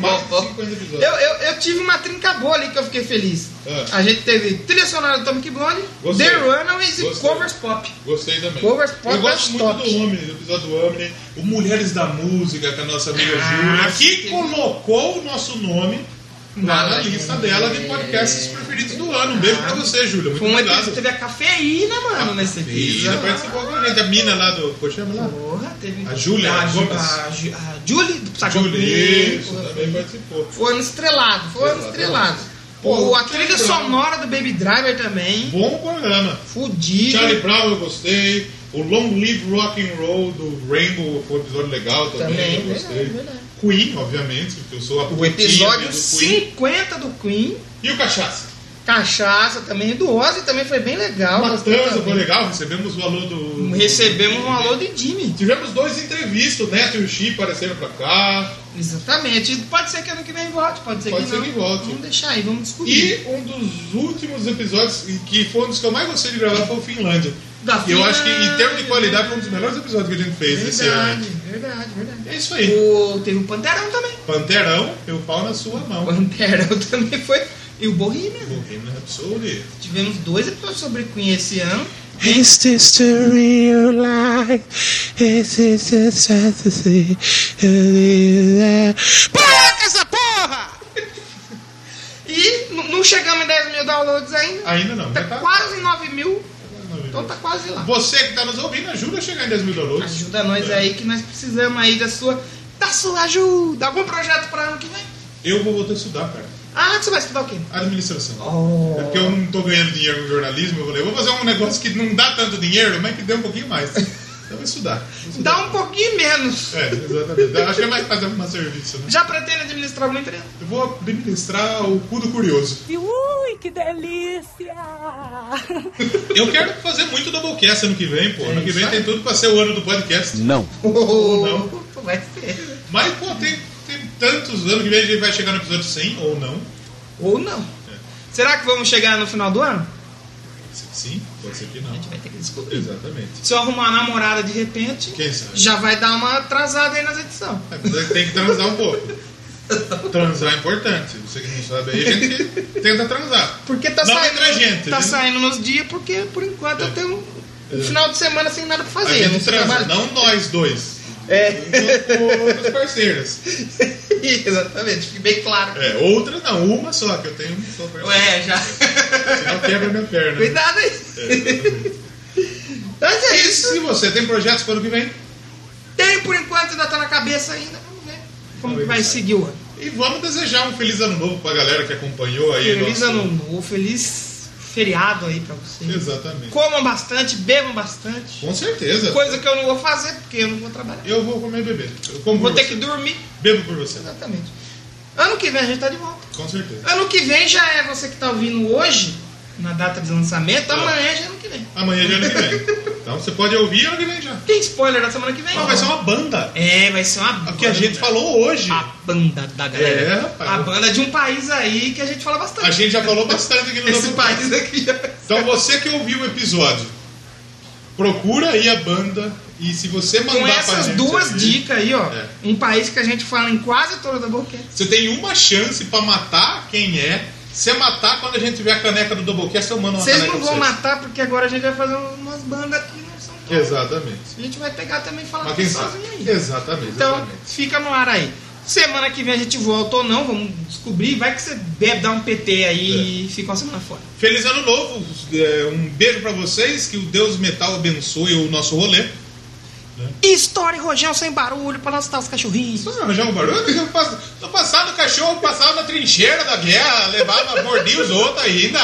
Mais de 50 Eu, episódios. eu, eu tive uma trinca boa ali que eu fiquei feliz. É. A gente teve trilha sonora do Atomic Blonde, Gostei. The Runaways e Gostei. covers pop. Gostei também. Covers pop eu gosto é muito top. do Omni, do episódio do Omni, o Mulheres da Música, com a nossa amiga Ah, Júlia, que colocou o nosso nome lá na lista dela de podcasts preferidos do ano. Um beijo pra você, Júlia. Muito Foi um episódio que obrigado. teve a cafeína, mano, nesse E episódio. ainda participou com a gente, a mina lá do. Como chama lá? Porra, teve. A Júlia A, Ju- Gomes. a, Ju- a Julie do Psycho Júlia, isso, tá Clone. também participou. Foi ano estrelado, foi ano estrelado. Pô, a trilha sonora do Baby Driver também. Bom programa. Fudido. Charlie Brown eu gostei. O Long Live Rock and Roll do Rainbow foi um episódio legal também, Também, eu gostei. verdade, verdade. Queen, obviamente, porque eu sou a O episódio do Queen. 50 do Queen. E o Cachaça. Cachaça também. Do Ozzy também foi bem legal. gostei Matanza foi também. legal, recebemos o alô do. Recebemos um alô de Jimmy. Tivemos dois entrevistas, o Neto e o Chi apareceram pra cá. Exatamente. E Pode ser que ano que vem volte, pode ser Pode que ser não. que volte. Vamos deixar aí, vamos discutir. E um dos últimos episódios, e que foi um dos que eu mais gostei de gravar, foi o Finlândia. Da E eu acho que, em termos de Finlândia. qualidade, foi um dos melhores episódios que a gente fez esse ano. verdade, verdade, verdade. É isso aí. O, teve o Panterão também. Panterão, eu pau na sua mão. O Panterão também foi. E o Bohemian. Bohemian Rhapsody. Tivemos dois episódios sobre Queen esse ano. Is this the real life? Is this the fantasy? Para com essa porra! E n- não chegamos em 10 mil downloads ainda. Ainda não, Tá mas tá. quase 9 mil. Então tá quase lá. Você que tá nos ouvindo, ajuda a chegar em 10 mil downloads. É. Ajuda nós aí que nós precisamos aí da sua. Da sua ajuda. Algum projeto pra ano que vem? Eu vou voltar a estudar, cara. Ah, você vai estudar o quê? Administração. Oh. É porque eu não tô ganhando dinheiro no jornalismo. Eu falei, vou fazer um negócio que não dá tanto dinheiro, mas que dê um pouquinho mais. Eu vou estudar. Vou estudar. Dá um pouquinho menos. É, exatamente. Eu Acho que é mais fazer um serviço, né? Já pretende administrar uma empresa? Eu vou administrar o cu do curioso. Ui, que delícia! Eu quero fazer muito Doublecast ano que vem, pô. É Ano que vem tem tudo pra ser o ano do podcast. Oh. Não. Vai ser. Mas, pô, tem, tem tantos anos que vem a gente vai chegar no episódio 100 ou não. Ou não. Será que vamos chegar no final do ano? Pode ser que sim, pode ser que não. A gente vai ter que descobrir. Exatamente. Se eu arrumar uma namorada de repente, Quem sabe? já vai dar uma atrasada aí nas edições. Tem que transar um pouco. Transar é importante. Você que não sabe aí, a gente tenta transar. Porque tá Não saindo. entre a gente, tá né? É. saindo nos dias, porque por enquanto eu tenho um final de semana sem nada pra A fazer. né? gente Não transa, trabalho. não nós dois. É, Com outras parceiras. exatamente, fique bem claro. É, outra não, uma só, que eu tenho uma só parceira. Ué, já. Senão quebra minha perna. É, Cuidado aí. Mas é E isso. se você tem projetos para o ano que vem? Tem por enquanto, ainda tá na cabeça ainda. Vamos ver como Vamos que ver vai que sai. seguir o ano. E vamos desejar um feliz ano novo pra galera que acompanhou aí. Feliz nosso- ano novo, feliz feriado aí pra vocês. Exatamente. Comam bastante, bebam bastante. Com certeza. Coisa que eu não vou fazer porque eu não vou trabalhar. Eu vou comer bebê. Eu como Vou por ter você. que dormir. Bebo por você. Exatamente. Ano que vem a gente tá de volta. Com certeza. Ano que vem já é você que tá ouvindo hoje, na data de lançamento, Tá. amanhã já é ano que vem. Amanhã já é ano que vem. Então você pode ouvir ano que vem já. Tem spoiler da semana que vem? Ah, vai ser uma banda. É, vai ser Ah. uma né? O banda. que a gente falou hoje. A banda da galera. É, rapaz. A banda de um país aí que a gente fala bastante. A gente já falou bastante aqui no Esse nosso país aqui já. Então você que ouviu o episódio, procura aí a banda. E se você mandar Com pra essas gente duas aqui, dicas aí, ó. É. Um país que a gente fala em quase toda da boquete. Você tem uma chance pra matar quem é. Se matar, quando a gente tiver a caneca do Doublecast, eu mando uma Vocês caneca não pra vão vocês. matar porque agora a gente vai fazer umas bandas aqui no São Paulo. Exatamente. A gente vai pegar também e falar Mas quem sozinho aí. sabe? Exatamente. Então, exatamente. fica no ar aí. Semana que vem a gente volta ou não, vamos descobrir. Vai que você deve dar um PT É. aí e fica uma semana fora. Feliz ano novo. é, Um beijo pra vocês. Que o Deus Metal abençoe o nosso rolê. História e Rojão sem barulho pra nós estar os cachorrinhos. Vocês arranjaram um barulho? Eu passo- eu passava no cachorro, passava na trincheira da guerra, levava, mordia os outros ainda.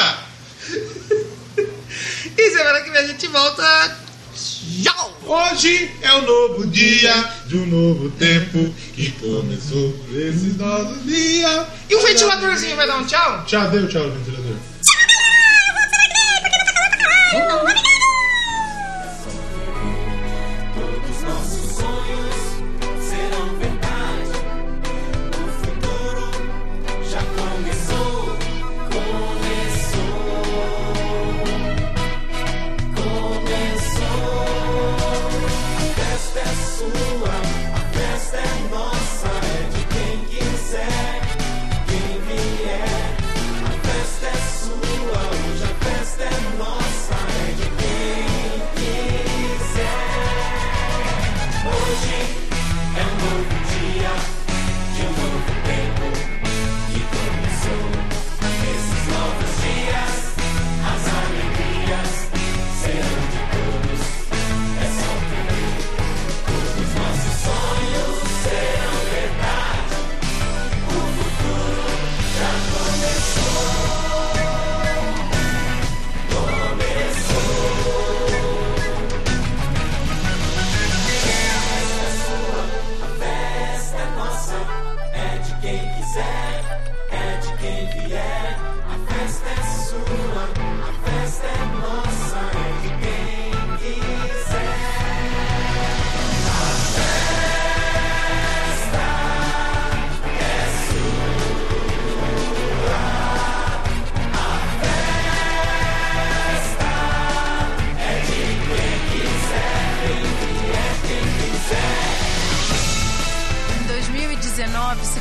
E semana que vem a gente volta. Tchau! Hoje é um novo dia de um novo tempo que começou esse nosso dia. E o ventiladorzinho vai dar um tchau? Tchau, deu tchau, ventilador. Já começou, começou.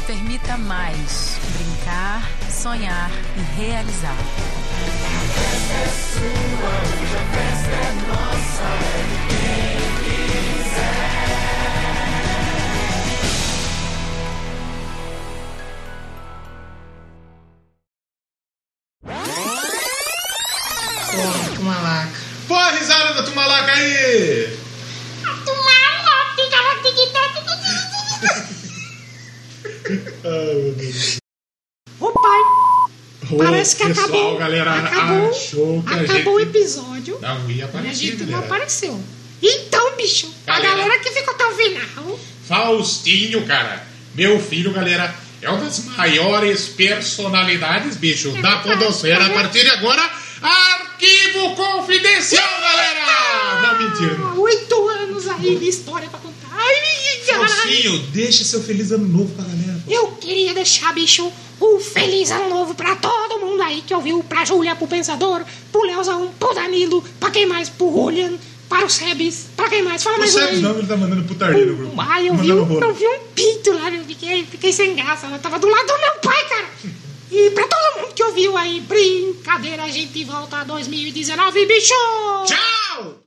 permita mais brincar, sonhar e realizar. Porra, com malaca. Pô, a risada da Tumalaca aí! Ô pai, Ô, Parece que pessoal, acabou. galera Acabou. achou que acabou a o gente episódio. não ia A aparecer. gente não galera. apareceu. Então, bicho, a Galera. galera que ficou até o final. Faustinho, cara. Meu filho, galera, é uma das maiores personalidades, bicho, da Podosfera. né? A partir de agora, arquivo confidencial, galera! Não, mentira. Ah, Oito anos aí de história pra contar. Ai, ai, ai. Faustinho, deixa seu feliz ano novo pra galera. Eu queria deixar, bicho, um feliz ano novo pra todo mundo aí que ouviu. Pra Júlia, pro Pensador, pro Leozão, pro Danilo, pra quem mais? Pro Julian, para o Sebes, pra quem mais? Fala Não mais um sabe aí. não, ele tá mandando putaria no grupo. Ah, eu vi, Mandando um, rolo. eu vi um pinto lá, eu fiquei, fiquei sem graça. Ela tava do lado do meu pai, cara. E pra todo mundo que ouviu aí, brincadeira, a gente volta a 2019, bicho! Tchau!